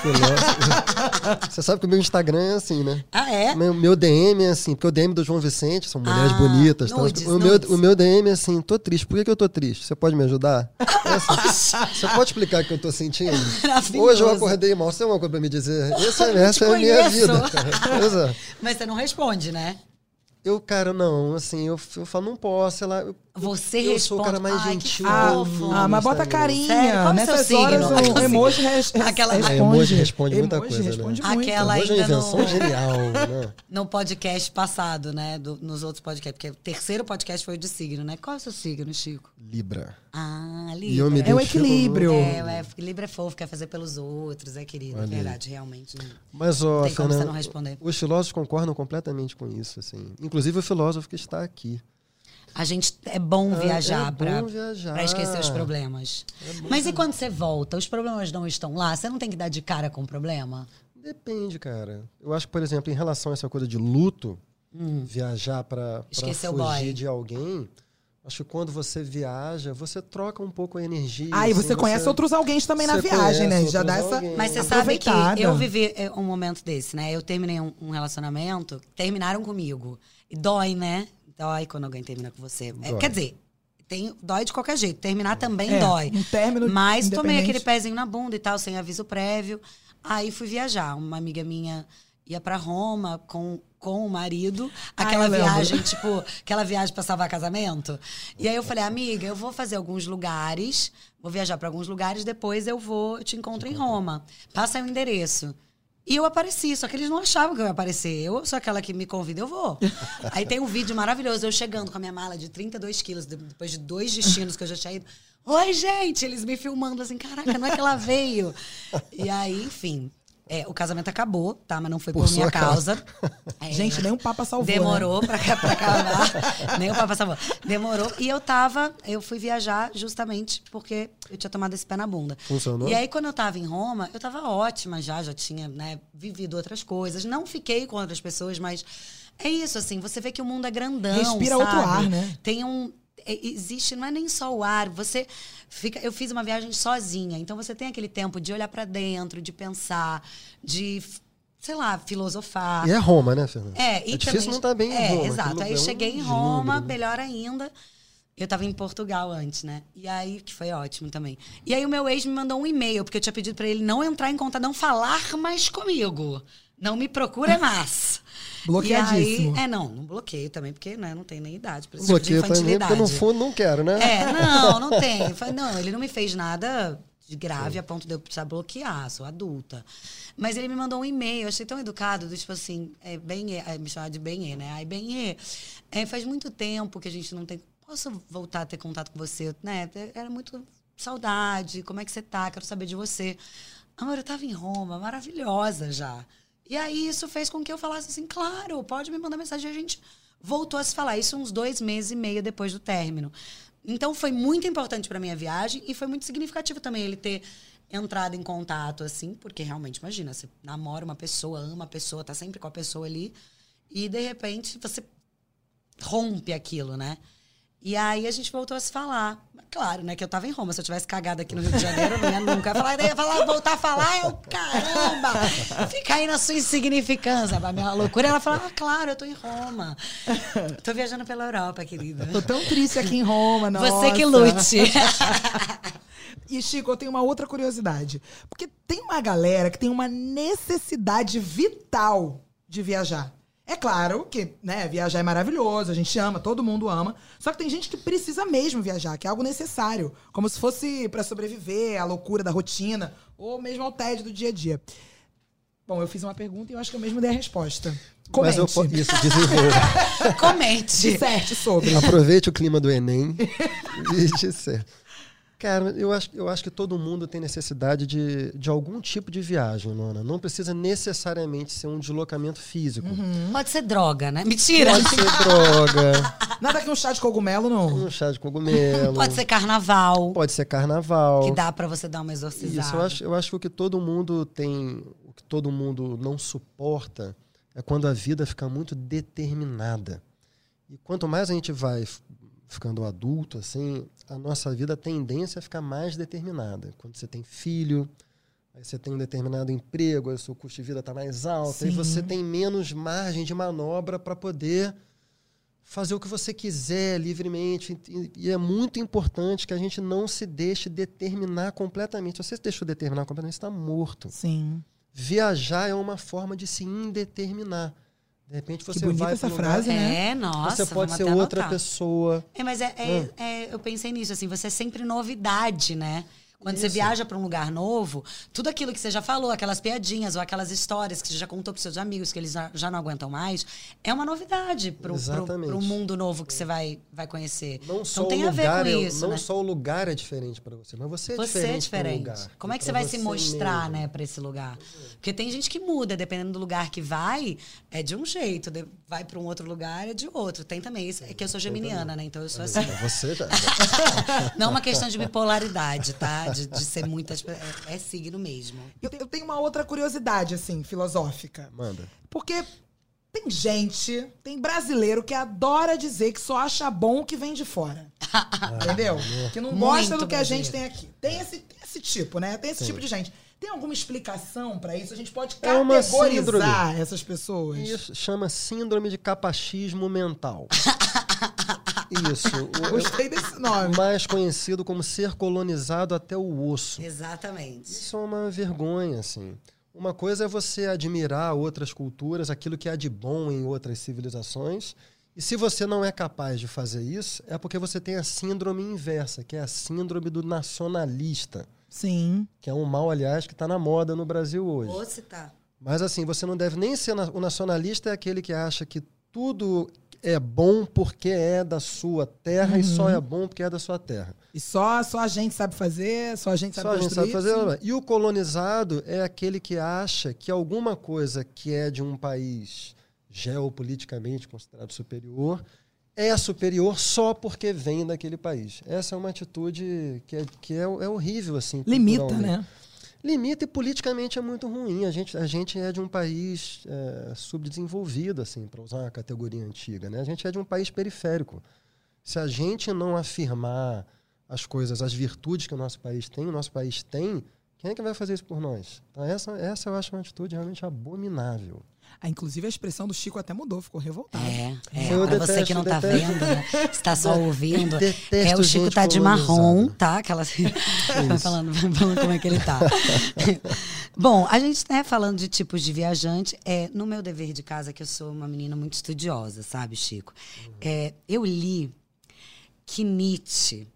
[SPEAKER 3] filósofos. Você sabe que o meu Instagram é assim, né?
[SPEAKER 1] Ah, é?
[SPEAKER 3] Meu, meu DM é assim, porque o DM do João Vicente são mulheres
[SPEAKER 1] Ah,
[SPEAKER 3] bonitas. tal.
[SPEAKER 1] nudes,
[SPEAKER 3] o, meu,
[SPEAKER 1] nudes.
[SPEAKER 3] o meu DM é assim, tô triste. Por que, que eu tô triste? Você pode me ajudar? É assim, você pode explicar o que eu tô sentindo?
[SPEAKER 1] Maravilhoso.
[SPEAKER 3] Hoje eu acordei mal, você tem alguma coisa pra me dizer? Essa,
[SPEAKER 1] Eu
[SPEAKER 3] é-
[SPEAKER 1] te
[SPEAKER 3] essa é a minha
[SPEAKER 1] conheço.
[SPEAKER 3] vida. cara. Pois é.
[SPEAKER 1] Mas você não responde, né?
[SPEAKER 3] Eu, cara, não, assim, eu, eu falo, não posso, sei lá. Eu,
[SPEAKER 1] Você
[SPEAKER 3] eu
[SPEAKER 1] responde.
[SPEAKER 3] sou o cara mais
[SPEAKER 1] Ai, que
[SPEAKER 3] gentil.
[SPEAKER 2] Ah,
[SPEAKER 3] do mundo
[SPEAKER 2] ah,
[SPEAKER 3] no
[SPEAKER 2] mas bota
[SPEAKER 3] Instagram.
[SPEAKER 2] carinha.
[SPEAKER 1] Sério? Qual é o seu
[SPEAKER 2] Nessas
[SPEAKER 1] signo?
[SPEAKER 2] horas
[SPEAKER 1] Aquela-
[SPEAKER 2] o emoji res, res,
[SPEAKER 1] Aquela-
[SPEAKER 2] responde.
[SPEAKER 3] Emoji responde muita
[SPEAKER 2] Emoji
[SPEAKER 3] coisa, né?
[SPEAKER 2] responde muito.
[SPEAKER 1] Aquela
[SPEAKER 3] Hoje
[SPEAKER 1] ainda
[SPEAKER 3] é uma invenção
[SPEAKER 1] não-
[SPEAKER 3] genial, né?
[SPEAKER 1] No podcast passado, né? do- nos outros podcasts. Porque o terceiro podcast foi o de signo, né? Qual é o seu signo, Chico?
[SPEAKER 3] Libra.
[SPEAKER 1] Ah,
[SPEAKER 3] E eu me
[SPEAKER 1] Libra.
[SPEAKER 2] É o
[SPEAKER 3] identifico muito.
[SPEAKER 2] equilíbrio.
[SPEAKER 1] É, é, Libra é fofo, quer fazer pelos outros, é querido. É
[SPEAKER 3] Olha aí.
[SPEAKER 1] verdade, realmente. né? não-
[SPEAKER 3] Mas, ó,
[SPEAKER 1] Tem como você
[SPEAKER 3] Fernanda,
[SPEAKER 1] não responder.
[SPEAKER 3] os filósofos concordam completamente com isso, assim. Inclusive o filósofo que está aqui.
[SPEAKER 1] A gente é bom
[SPEAKER 3] Ah,
[SPEAKER 1] viajar
[SPEAKER 3] é
[SPEAKER 1] pra
[SPEAKER 3] bom viajar.
[SPEAKER 1] pra esquecer os problemas.
[SPEAKER 2] É
[SPEAKER 1] Mas e quando você volta? Os problemas não estão lá? Você não tem que dar de cara com o problema?
[SPEAKER 3] Depende, cara. Eu acho que, por exemplo, em relação a essa coisa de luto, viajar para
[SPEAKER 1] Hum. Esquecer
[SPEAKER 3] fugir
[SPEAKER 1] o boy.
[SPEAKER 3] de alguém, acho que quando você viaja, você troca um pouco a energia.
[SPEAKER 2] Ah, e
[SPEAKER 3] assim,
[SPEAKER 2] você conhece outros alguém também na
[SPEAKER 3] você
[SPEAKER 2] viagem, né?
[SPEAKER 3] conhece
[SPEAKER 2] Já dá
[SPEAKER 3] outros
[SPEAKER 2] essa.
[SPEAKER 3] alguém.
[SPEAKER 1] Mas você sabe que
[SPEAKER 2] Aproveitada.
[SPEAKER 1] eu vivi eh, um momento desse, né? Eu terminei um, um relacionamento, terminaram comigo. E dói, né? Dói quando alguém termina com você. É,
[SPEAKER 3] Dói.
[SPEAKER 1] quer dizer, tem, dói de qualquer jeito. Terminar também
[SPEAKER 2] É,
[SPEAKER 1] dói.
[SPEAKER 2] um término
[SPEAKER 1] Mas tomei
[SPEAKER 2] independente.
[SPEAKER 1] aquele pezinho na bunda e tal, sem aviso prévio. Aí fui viajar. Uma amiga minha ia pra Roma com, com o marido.
[SPEAKER 2] Ah,
[SPEAKER 1] Aquela
[SPEAKER 2] eu lembro.
[SPEAKER 1] viagem, tipo, aquela viagem pra salvar casamento. E aí eu falei, amiga, eu vou fazer alguns lugares, vou viajar pra alguns lugares, depois eu vou, eu te encontro em Roma. Passa aí o endereço. E eu apareci, só que eles não achavam que eu ia aparecer. Eu sou aquela que me convida, eu vou. Aí tem um vídeo maravilhoso, eu chegando com a minha mala de 32 quilos, de- depois de dois destinos que eu já tinha ido. Oi, gente! Eles me filmando assim, caraca, não é que ela veio. E aí, enfim, é, o casamento acabou, tá? Mas não foi por,
[SPEAKER 3] Por
[SPEAKER 1] minha
[SPEAKER 3] sua
[SPEAKER 1] causa. É,
[SPEAKER 2] Gente, nem um papa salvou. né?
[SPEAKER 1] Demorou pra, ca- pra acabar. Nem o papo sabor. Demorou. E eu tava, eu fui viajar justamente porque eu tinha tomado esse pé na bunda.
[SPEAKER 3] Funcionou?
[SPEAKER 1] E aí, quando eu tava em Roma, eu tava ótima já, já tinha, né, vivido outras coisas. Não fiquei com outras pessoas, mas é isso, assim, você vê que o mundo é grandão.
[SPEAKER 2] Respira outro
[SPEAKER 1] sabe?
[SPEAKER 2] ar, né?
[SPEAKER 1] Tem um. é- Existe, não é nem só o ar. Você fica. Eu fiz uma viagem sozinha, então você tem aquele tempo de olhar pra dentro, de pensar, de, sei lá, filosofar.
[SPEAKER 3] E é Roma, né, Fernanda?
[SPEAKER 1] tá. É, e
[SPEAKER 3] difícil
[SPEAKER 1] também,
[SPEAKER 3] não estar bem em
[SPEAKER 1] é,
[SPEAKER 3] Roma.
[SPEAKER 1] Exato.
[SPEAKER 3] aquele
[SPEAKER 1] Aí eu
[SPEAKER 3] lugar é um
[SPEAKER 1] cheguei em
[SPEAKER 3] deslumbre,
[SPEAKER 1] Roma,
[SPEAKER 3] né?
[SPEAKER 1] melhor ainda. Eu tava em Portugal antes, né? E aí, que foi ótimo também. E aí o meu ex me mandou um e-mail, porque eu tinha pedido pra ele não entrar em conta, não falar mais comigo. Não me procura mais.
[SPEAKER 2] Bloqueadíssimo.
[SPEAKER 1] E aí, é, não, não bloqueio também, porque né, não tem nem idade pra esse tipo de
[SPEAKER 3] Bloqueio também,
[SPEAKER 1] infantilidade.
[SPEAKER 3] porque no fundo não quero, né?
[SPEAKER 1] É, não, não tem. Eu falei, Não, ele não me fez nada de grave a ponto de eu precisar bloquear, sou adulta. Mas ele me mandou um e-mail, eu achei tão educado, do tipo assim, é, Benê, é, me chamar de Benê, né? Ai, Benê, é, faz muito tempo que a gente não tem. Posso voltar a ter contato com você? Né? Era muito saudade, como é que você tá? Quero saber de você. Amor, eu tava em Roma, maravilhosa já. E aí isso fez com que eu falasse assim, claro, pode me mandar mensagem. E a gente voltou a se falar isso uns dois meses e meio depois do término. Então foi muito importante para minha viagem e foi muito significativo também ele ter entrado em contato assim, porque realmente imagina, você namora uma pessoa, ama a pessoa, tá sempre com a pessoa ali e de repente você rompe aquilo, né? E aí a gente voltou a se falar. Claro, né? Que eu tava em Roma. Se eu tivesse cagado aqui no Rio de Janeiro, eu não ia nunca. Eu falar, ia falar, voltar a falar, eu, caramba! Fica aí na sua insignificância, a minha loucura. Ela falou, ah, claro, eu tô em Roma. Tô viajando pela Europa, querida.
[SPEAKER 2] Tô tão triste aqui em Roma, nossa.
[SPEAKER 1] Você que lute.
[SPEAKER 2] E, Chico, eu tenho uma outra curiosidade. Porque tem uma galera que tem uma necessidade vital de viajar. É claro que, né, viajar é maravilhoso, a gente ama, todo mundo ama. Só que tem gente que precisa mesmo viajar, que é algo necessário. Como se fosse pra sobreviver à loucura da rotina, ou mesmo ao tédio do dia a dia. Bom, eu fiz uma pergunta e eu acho que eu mesmo dei a resposta. Comente.
[SPEAKER 3] Mas eu po- isso, desenvolva.
[SPEAKER 1] Comente.
[SPEAKER 2] Disserte sobre.
[SPEAKER 3] Aproveite o clima do Enem e disser. Cara, eu acho, eu acho que todo mundo tem necessidade de, de algum tipo de viagem, Nona. Não precisa necessariamente ser um deslocamento físico.
[SPEAKER 1] Pode ser droga, né? Mentira.
[SPEAKER 3] Pode ser droga,
[SPEAKER 2] Nada que um chá de cogumelo, não.
[SPEAKER 3] um chá de cogumelo.
[SPEAKER 1] Pode ser carnaval,
[SPEAKER 3] pode ser carnaval.
[SPEAKER 1] que dá pra você dar uma exorcizada.
[SPEAKER 3] Isso, eu acho, eu acho que o que todo mundo tem, o que todo mundo não suporta é quando a vida fica muito determinada. E quanto mais a gente vai f- ficando adulto, assim, a nossa vida, a tendência é ficar mais determinada. Quando você tem filho, aí você tem um determinado emprego, aí o seu custo de vida está mais alto, aí
[SPEAKER 2] Sim.
[SPEAKER 3] você tem menos margem de manobra para poder fazer o que você quiser livremente. E, e é muito importante que a gente não se deixe determinar completamente. Se você se deixou determinar completamente, você está morto.
[SPEAKER 2] Sim.
[SPEAKER 3] Viajar é uma forma de se indeterminar. De repente você
[SPEAKER 2] que bonita
[SPEAKER 3] vai
[SPEAKER 2] essa
[SPEAKER 3] pra um
[SPEAKER 2] frase, né?
[SPEAKER 1] É, nossa.
[SPEAKER 3] você pode
[SPEAKER 1] vamos
[SPEAKER 3] ser
[SPEAKER 1] até
[SPEAKER 3] outra
[SPEAKER 1] anotar.
[SPEAKER 3] pessoa. Ah.
[SPEAKER 1] É, mas é, é- é, eu pensei nisso, assim, você é sempre novidade, né? Quando você
[SPEAKER 3] Isso.
[SPEAKER 1] viaja pra um lugar novo, tudo aquilo que você já falou, aquelas piadinhas ou aquelas histórias que você já contou pros seus amigos, que eles já, já não aguentam mais, é uma novidade pro, pro,
[SPEAKER 3] Exatamente.
[SPEAKER 1] pro mundo novo que você vai, vai conhecer.
[SPEAKER 3] Não só
[SPEAKER 1] Então tem
[SPEAKER 3] o
[SPEAKER 1] a ver
[SPEAKER 3] lugar
[SPEAKER 1] com
[SPEAKER 3] é-
[SPEAKER 1] isso,
[SPEAKER 3] não
[SPEAKER 1] né?
[SPEAKER 3] só o lugar é diferente para você, mas você é
[SPEAKER 1] Você
[SPEAKER 3] diferente.
[SPEAKER 1] é diferente.
[SPEAKER 3] Pro lugar,
[SPEAKER 1] Como é que
[SPEAKER 3] E
[SPEAKER 1] você
[SPEAKER 3] pra
[SPEAKER 1] vai se mostrar,
[SPEAKER 3] mesmo.
[SPEAKER 1] né, pra esse lugar? Porque tem gente que muda, dependendo do lugar que vai, é de um jeito, de- vai pra um outro lugar, é de outro. Tem também isso. É que eu sou geminiana, né? Então eu sou assim.
[SPEAKER 3] Você tá, já.
[SPEAKER 1] Não é uma questão de bipolaridade, tá? De, de ser muitas. pe- É, é signo mesmo.
[SPEAKER 2] Eu, eu tenho uma outra curiosidade, assim, filosófica.
[SPEAKER 3] Manda.
[SPEAKER 2] Porque tem gente, tem brasileiro que adora dizer que só acha bom o que vem de fora. Entendeu? Que não
[SPEAKER 1] Muito
[SPEAKER 2] gosta do que a gente tem
[SPEAKER 1] brasileiro.
[SPEAKER 2] aqui. Tem esse, tem esse tipo, né? Tem esse tipo de gente. Tem alguma explicação pra isso? A gente pode
[SPEAKER 3] É uma
[SPEAKER 2] categorizar
[SPEAKER 3] síndrome.
[SPEAKER 2] essas pessoas?
[SPEAKER 3] Isso chama síndrome de capachismo mental. Isso. O,
[SPEAKER 2] Gostei desse nome.
[SPEAKER 3] mais conhecido como ser colonizado até o osso.
[SPEAKER 1] Exatamente.
[SPEAKER 3] Isso é uma vergonha, assim. Uma coisa é você admirar outras culturas, aquilo que há de bom em outras civilizações. E se você não é capaz de fazer isso, é porque você tem a síndrome inversa, que é a síndrome do nacionalista,
[SPEAKER 2] Sim.
[SPEAKER 3] que é um mal, aliás, que está na moda no Brasil hoje.
[SPEAKER 1] Ou se tá.
[SPEAKER 3] Mas assim, você não deve nem ser. na- O nacionalista é aquele que acha que tudo é bom porque é da sua terra e só é bom porque é da sua terra.
[SPEAKER 2] E só, só a gente sabe fazer, só a gente sabe
[SPEAKER 3] Só a gente
[SPEAKER 2] construir.
[SPEAKER 3] sabe fazer. né? E o colonizado é aquele que acha que alguma coisa que é de um país geopoliticamente considerado superior é superior só porque vem daquele país. Essa é uma atitude que é, que é, é horrível assim.
[SPEAKER 2] Limita,
[SPEAKER 3] culturalmente.
[SPEAKER 2] né?
[SPEAKER 3] Limita e politicamente é muito ruim. A gente, a gente é de um país é, subdesenvolvido, assim, para usar uma categoria antiga. Né? A gente é de um país periférico. Se a gente não afirmar as coisas, as virtudes que o nosso país tem, o nosso país tem, quem é que vai fazer isso por nós? Então, essa, essa eu acho uma atitude realmente abominável.
[SPEAKER 2] Ah, inclusive a expressão do Chico até mudou, ficou revoltado.
[SPEAKER 1] É, é.
[SPEAKER 3] Eu
[SPEAKER 1] pra você que
[SPEAKER 3] detesto,
[SPEAKER 1] não tá
[SPEAKER 3] detesto.
[SPEAKER 1] vendo, né? Você tá só ouvindo.
[SPEAKER 3] Detesto
[SPEAKER 1] É, o Chico
[SPEAKER 3] gente
[SPEAKER 1] tá de marrom,
[SPEAKER 3] colonizada.
[SPEAKER 1] tá? Aquela vai falando, vai falando como é que ele tá. Bom, a gente, né, falando de tipos de viajante, é, no meu dever de casa, que eu sou uma menina muito estudiosa, sabe, Chico? É, eu li que Nietzsche.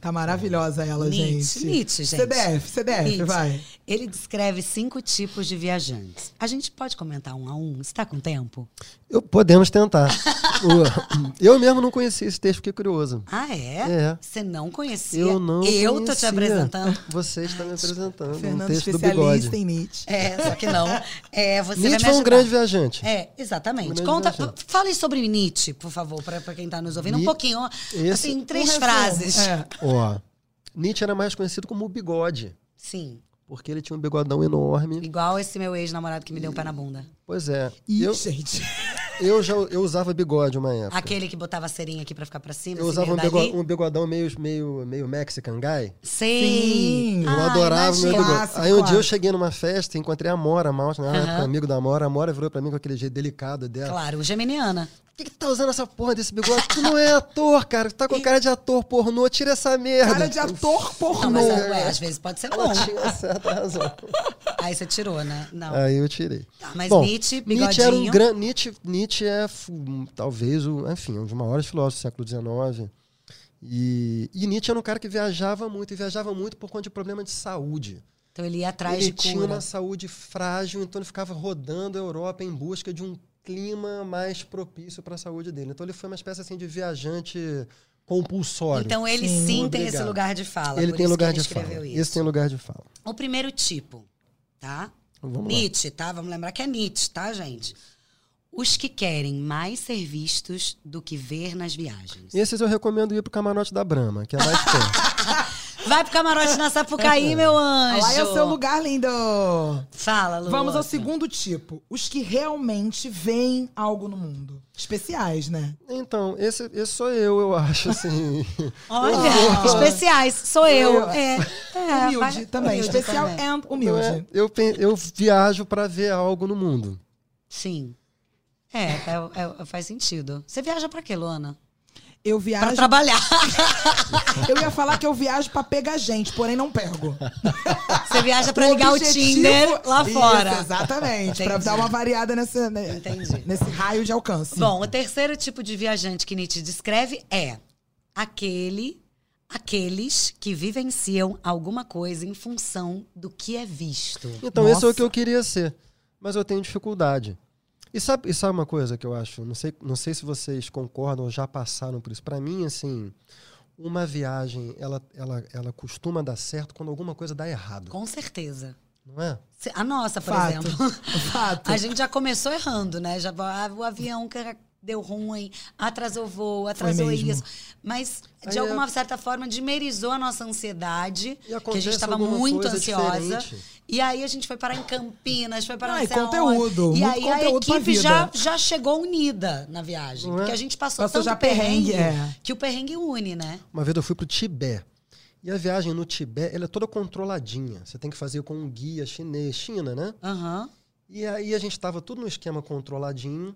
[SPEAKER 2] Tá
[SPEAKER 3] Hum.
[SPEAKER 2] maravilhosa ela,
[SPEAKER 1] Nietzsche,
[SPEAKER 2] gente.
[SPEAKER 1] Nietzsche, gente.
[SPEAKER 2] CDF, CDF,
[SPEAKER 1] Nietzsche.
[SPEAKER 2] vai.
[SPEAKER 1] Ele descreve cinco tipos de viajantes. A gente pode comentar um a um? Você tá com tempo?
[SPEAKER 3] Eu- podemos tentar. O- eu mesmo não conhecia esse texto, fiquei curioso.
[SPEAKER 1] Ah, é?
[SPEAKER 3] É.
[SPEAKER 1] Você não conhecia?
[SPEAKER 3] Eu não
[SPEAKER 1] Eu tô te
[SPEAKER 3] conhecia.
[SPEAKER 1] apresentando.
[SPEAKER 3] Você está me apresentando. um
[SPEAKER 2] Fernando
[SPEAKER 3] texto do bigode.
[SPEAKER 2] especialista em Nietzsche.
[SPEAKER 1] É, só que não. É, você vai me
[SPEAKER 3] Nietzsche foi um
[SPEAKER 1] ajudar.
[SPEAKER 3] grande viajante.
[SPEAKER 1] É, exatamente.
[SPEAKER 3] grande
[SPEAKER 1] Conta,
[SPEAKER 3] viajante.
[SPEAKER 1] fale sobre Nietzsche, por favor, pra pra quem tá nos ouvindo. Um
[SPEAKER 3] Ni-
[SPEAKER 1] pouquinho, ó,
[SPEAKER 3] Esse-
[SPEAKER 1] assim, em três
[SPEAKER 2] Um resumo.
[SPEAKER 1] frases.
[SPEAKER 2] É.
[SPEAKER 3] Ó, Nietzsche era mais conhecido como o bigode,
[SPEAKER 1] Sim,
[SPEAKER 3] porque ele tinha um bigodão enorme.
[SPEAKER 1] igual esse meu ex-namorado que me deu o pé na bunda.
[SPEAKER 3] Pois é.
[SPEAKER 2] Ih,
[SPEAKER 3] Eu,
[SPEAKER 2] gente.
[SPEAKER 3] eu já eu usava bigode uma época.
[SPEAKER 1] Aquele que botava a serinha aqui pra ficar pra cima,
[SPEAKER 3] Eu
[SPEAKER 1] esse
[SPEAKER 3] usava um,
[SPEAKER 1] meio
[SPEAKER 3] bigo-
[SPEAKER 1] dali.
[SPEAKER 3] um bigodão meio, meio, meio Mexican guy.
[SPEAKER 1] Sei.
[SPEAKER 2] Sim.
[SPEAKER 3] Eu
[SPEAKER 1] Ah,
[SPEAKER 3] adorava o meu
[SPEAKER 1] imagina.
[SPEAKER 3] bigode.
[SPEAKER 2] Clássico,
[SPEAKER 3] Aí um dia eu
[SPEAKER 2] clássico.
[SPEAKER 3] cheguei numa festa, encontrei a Mora Maltin, na
[SPEAKER 1] Aham.
[SPEAKER 3] época, amigo da Mora. A Mora virou pra mim com aquele jeito delicado dela.
[SPEAKER 1] Claro, geminiana.
[SPEAKER 3] Por que, que tu tá usando essa porra desse bigode? Tu não é ator, cara. Tu tá com cara de ator pornô, tira essa merda.
[SPEAKER 2] Cara de ator
[SPEAKER 1] Não, mas é,
[SPEAKER 2] pornô.
[SPEAKER 1] ué, às vezes pode ser bom.
[SPEAKER 3] Ela tinha certa é razão.
[SPEAKER 1] Aí você tirou, né? Não.
[SPEAKER 3] Aí eu tirei.
[SPEAKER 1] Tá, mas
[SPEAKER 3] É. Bom,
[SPEAKER 1] Nietzsche,
[SPEAKER 3] Nietzsche era um
[SPEAKER 1] bigodinho.
[SPEAKER 3] grande. Nietzsche, Nietzsche é f- um, talvez o, enfim, um dos maiores filósofos do século XIX. E, e Nietzsche era um cara que viajava muito, e viajava muito por conta de problema de saúde.
[SPEAKER 1] Então ele ia atrás
[SPEAKER 3] ele
[SPEAKER 1] de
[SPEAKER 3] tinha
[SPEAKER 1] cura.
[SPEAKER 3] uma saúde frágil, então ele ficava rodando a Europa em busca de um clima mais propício para a saúde dele. Então ele foi uma espécie assim de viajante compulsório.
[SPEAKER 1] Então ele sim, tem esse
[SPEAKER 3] Obrigado.
[SPEAKER 1] lugar de fala.
[SPEAKER 3] ele
[SPEAKER 1] por isso
[SPEAKER 3] tem
[SPEAKER 1] que
[SPEAKER 3] lugar
[SPEAKER 1] ele
[SPEAKER 3] de
[SPEAKER 1] escreveu
[SPEAKER 3] fala.
[SPEAKER 1] Isso.
[SPEAKER 3] Esse tem um- lugar de fala.
[SPEAKER 1] O primeiro tipo, tá?
[SPEAKER 3] Vamos lá.
[SPEAKER 1] Nietzsche, tá? Vamos lembrar que é Nietzsche, tá, gente? Os que querem mais ser vistos do que ver nas viagens.
[SPEAKER 3] Esses eu recomendo ir pro camarote da Brahma, que é mais perto.
[SPEAKER 1] Vai pro camarote na Sapucaí, meu anjo.
[SPEAKER 2] Lá é o seu lugar lindo.
[SPEAKER 1] Fala, Lu.
[SPEAKER 2] Vamos ao segundo tipo. Os que realmente veem algo no mundo. Especiais, né?
[SPEAKER 3] então, esse, esse sou eu, eu acho, assim.
[SPEAKER 1] Olha, especiais, sou eu. É, é,
[SPEAKER 2] humilde
[SPEAKER 1] vai-
[SPEAKER 2] também.
[SPEAKER 1] humilde
[SPEAKER 2] Especial
[SPEAKER 1] também.
[SPEAKER 2] and
[SPEAKER 3] Não
[SPEAKER 2] humilde.
[SPEAKER 3] é- eu, pen- eu viajo para ver algo no mundo.
[SPEAKER 1] Sim. É, é- é- faz sentido. Você viaja pra quê, Luana?
[SPEAKER 2] Eu
[SPEAKER 1] Pra
[SPEAKER 2] viajo.
[SPEAKER 1] trabalhar.
[SPEAKER 2] Eu ia falar que eu viajo pra pegar gente, porém não pego.
[SPEAKER 1] Você viaja pra
[SPEAKER 2] O
[SPEAKER 1] ligar o
[SPEAKER 2] objetivo-
[SPEAKER 1] Tinder lá
[SPEAKER 2] Isso,
[SPEAKER 1] fora.
[SPEAKER 2] exatamente. Pra
[SPEAKER 1] Entendi.
[SPEAKER 2] dar uma variada nessa, né,
[SPEAKER 1] Entendi.
[SPEAKER 2] nesse raio de alcance.
[SPEAKER 1] Bom, o terceiro tipo de viajante que Nietzsche descreve é aquele, aqueles que vivenciam alguma coisa em função do que é visto.
[SPEAKER 3] Então, esse é o que
[SPEAKER 2] Nossa.
[SPEAKER 3] eu queria ser. Mas eu tenho dificuldade. E sabe, e sabe uma coisa que eu acho? Não sei, não sei se vocês concordam ou já passaram por isso. Para mim, assim, uma viagem, ela, ela, ela costuma dar certo quando alguma coisa dá errado,
[SPEAKER 1] Com certeza.
[SPEAKER 3] não é?
[SPEAKER 1] Se- A nossa, por
[SPEAKER 2] Fato.
[SPEAKER 1] exemplo.
[SPEAKER 2] Fato.
[SPEAKER 1] A gente já começou errando, né? Já, ah, o avião que era- deu ruim, atrasou o voo, atrasou
[SPEAKER 2] mesmo.
[SPEAKER 1] isso. Mas, de
[SPEAKER 3] Aí
[SPEAKER 1] alguma
[SPEAKER 3] é-
[SPEAKER 1] certa forma, dimerizou a nossa ansiedade, que a
[SPEAKER 3] E
[SPEAKER 1] gente
[SPEAKER 3] acontece
[SPEAKER 1] estava
[SPEAKER 3] alguma
[SPEAKER 1] muito
[SPEAKER 3] coisa
[SPEAKER 1] ansiosa.
[SPEAKER 3] diferente.
[SPEAKER 1] E aí a gente foi parar em Campinas, foi parar
[SPEAKER 2] Ah,
[SPEAKER 1] não
[SPEAKER 2] e
[SPEAKER 1] sei aonde.
[SPEAKER 2] conteúdo,
[SPEAKER 1] E
[SPEAKER 2] muito
[SPEAKER 1] aí a
[SPEAKER 2] conteúdo pra
[SPEAKER 1] equipe
[SPEAKER 2] vida.
[SPEAKER 1] já, já chegou unida na viagem.
[SPEAKER 3] Não é?
[SPEAKER 1] Porque a gente passou,
[SPEAKER 2] Passou
[SPEAKER 1] tanto
[SPEAKER 2] já
[SPEAKER 1] perrengue,
[SPEAKER 2] perrengue, é.
[SPEAKER 1] que o perrengue une, né?
[SPEAKER 3] Uma vez eu fui pro Tibete. E a viagem no Tibete, ela é toda controladinha. Você tem que fazer com um guia chinês, China, né?
[SPEAKER 1] Aham.
[SPEAKER 3] E aí a gente estava tudo no esquema controladinho.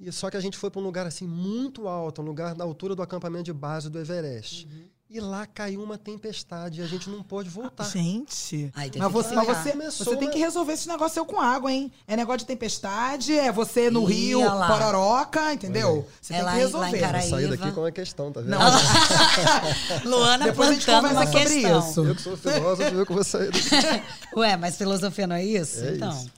[SPEAKER 3] E só que a gente foi para um lugar assim muito alto, um lugar na altura do acampamento de base do Everest. E lá caiu uma tempestade e a gente não pôde
[SPEAKER 1] Tá.
[SPEAKER 3] voltar.
[SPEAKER 2] Gente.
[SPEAKER 1] Aí teve
[SPEAKER 2] mas
[SPEAKER 1] que
[SPEAKER 2] você, mas
[SPEAKER 1] parar.
[SPEAKER 2] você,
[SPEAKER 3] Começou,
[SPEAKER 2] você tem
[SPEAKER 3] né?
[SPEAKER 2] que resolver esse negócio seu com água, hein? É negócio de tempestade, é você no
[SPEAKER 1] Ih,
[SPEAKER 2] rio,
[SPEAKER 1] olha lá.
[SPEAKER 2] Pororoca, entendeu? Você
[SPEAKER 1] É
[SPEAKER 2] tem
[SPEAKER 1] lá
[SPEAKER 2] que
[SPEAKER 1] em- lá em
[SPEAKER 2] resolver.
[SPEAKER 1] Caraí.
[SPEAKER 3] Eu saí daqui
[SPEAKER 1] Iva.
[SPEAKER 3] com uma questão, tá vendo?
[SPEAKER 2] Não,
[SPEAKER 1] Luana
[SPEAKER 2] depois a gente
[SPEAKER 1] plantando
[SPEAKER 2] conversa
[SPEAKER 1] uma
[SPEAKER 2] sobre
[SPEAKER 1] questão.
[SPEAKER 2] isso.
[SPEAKER 3] Eu que sou um filósofo, eu que vou sair daqui.
[SPEAKER 1] Ué, mas filosofia não é isso?
[SPEAKER 3] É
[SPEAKER 1] então.
[SPEAKER 3] isso.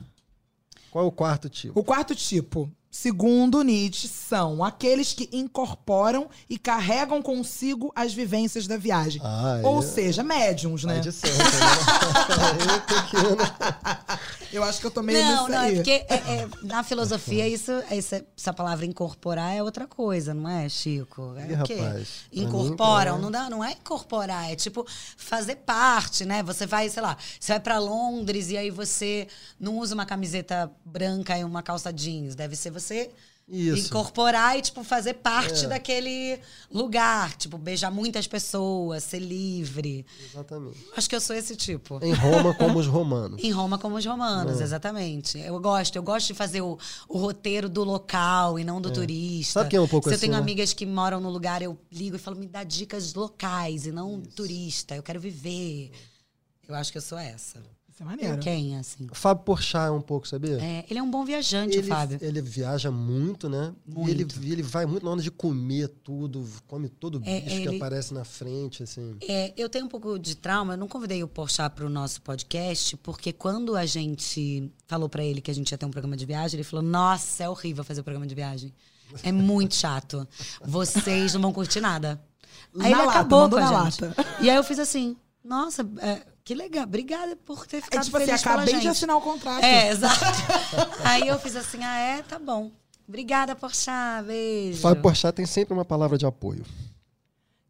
[SPEAKER 3] Qual é o quarto tipo?
[SPEAKER 2] O quarto tipo, segundo Nietzsche, são aqueles que incorporam e carregam consigo as vivências da viagem.
[SPEAKER 3] Ah, é.
[SPEAKER 2] Ou seja, médiums, né?
[SPEAKER 3] Vai de certo, né? Aí tem que-
[SPEAKER 2] Eu acho que eu tô meio
[SPEAKER 1] Não,
[SPEAKER 2] nesse
[SPEAKER 1] não, é
[SPEAKER 2] aí.
[SPEAKER 1] porque é- é, na filosofia isso, essa, essa palavra incorporar é outra coisa, não é, Chico? É
[SPEAKER 3] Ih,
[SPEAKER 1] o quê?
[SPEAKER 3] rapaz, pra mim,
[SPEAKER 1] Incorporam,
[SPEAKER 3] é.
[SPEAKER 1] não, dá, não é incorporar, é tipo fazer parte, né? Você vai, sei lá, você vai pra Londres e aí você não usa uma camiseta branca e uma calça jeans, deve ser você
[SPEAKER 3] Isso.
[SPEAKER 1] incorporar e tipo fazer parte daquele lugar, tipo beijar muitas pessoas, ser livre.
[SPEAKER 3] Exatamente.
[SPEAKER 1] Acho que eu sou esse tipo.
[SPEAKER 3] Em Roma, como os romanos.
[SPEAKER 1] Em Roma como os
[SPEAKER 3] É.
[SPEAKER 1] romanos, exatamente. Eu gosto, eu gosto de fazer o, o roteiro do local e não do turista.
[SPEAKER 3] Sabe quem é um pouco
[SPEAKER 1] Se eu
[SPEAKER 3] assim,
[SPEAKER 1] tenho
[SPEAKER 3] né?
[SPEAKER 1] amigas que moram no lugar, eu ligo e falo, me dá dicas locais e não turista. Eu quero viver. Eu acho que eu sou essa.
[SPEAKER 2] Isso é maneiro.
[SPEAKER 1] Quem, assim?
[SPEAKER 3] Fábio Porchat é um pouco, sabia?
[SPEAKER 1] É, ele é um bom viajante,
[SPEAKER 3] ele,
[SPEAKER 1] Fábio.
[SPEAKER 3] ele viaja muito, né?
[SPEAKER 1] Muito.
[SPEAKER 3] E ele, ele vai muito na onda de comer tudo, come todo
[SPEAKER 1] É,
[SPEAKER 3] bicho
[SPEAKER 1] ele-
[SPEAKER 3] que aparece na frente, assim.
[SPEAKER 1] É, eu tenho um pouco de trauma. Eu não convidei o Porchat para o nosso podcast, porque quando a gente falou para ele que a gente ia ter um programa de viagem, ele falou: Nossa, é horrível fazer o programa de viagem. É muito chato. Vocês não vão curtir nada.
[SPEAKER 2] Na
[SPEAKER 1] Aí ele
[SPEAKER 2] lata,
[SPEAKER 1] acabou com
[SPEAKER 2] mandou
[SPEAKER 1] a
[SPEAKER 2] na
[SPEAKER 1] gente.
[SPEAKER 2] lata.
[SPEAKER 1] E aí eu fiz assim: Nossa, é, que legal. Obrigada por ter
[SPEAKER 2] É
[SPEAKER 1] ficado
[SPEAKER 2] tipo assim,
[SPEAKER 1] feliz pela
[SPEAKER 2] acabei de
[SPEAKER 1] gente."
[SPEAKER 2] assinar o contrato.
[SPEAKER 1] É, exato. aí eu fiz assim: Ah, é? Tá bom. Obrigada, Porchat. Beijo.
[SPEAKER 3] Fábio Porchat tem sempre uma palavra de apoio.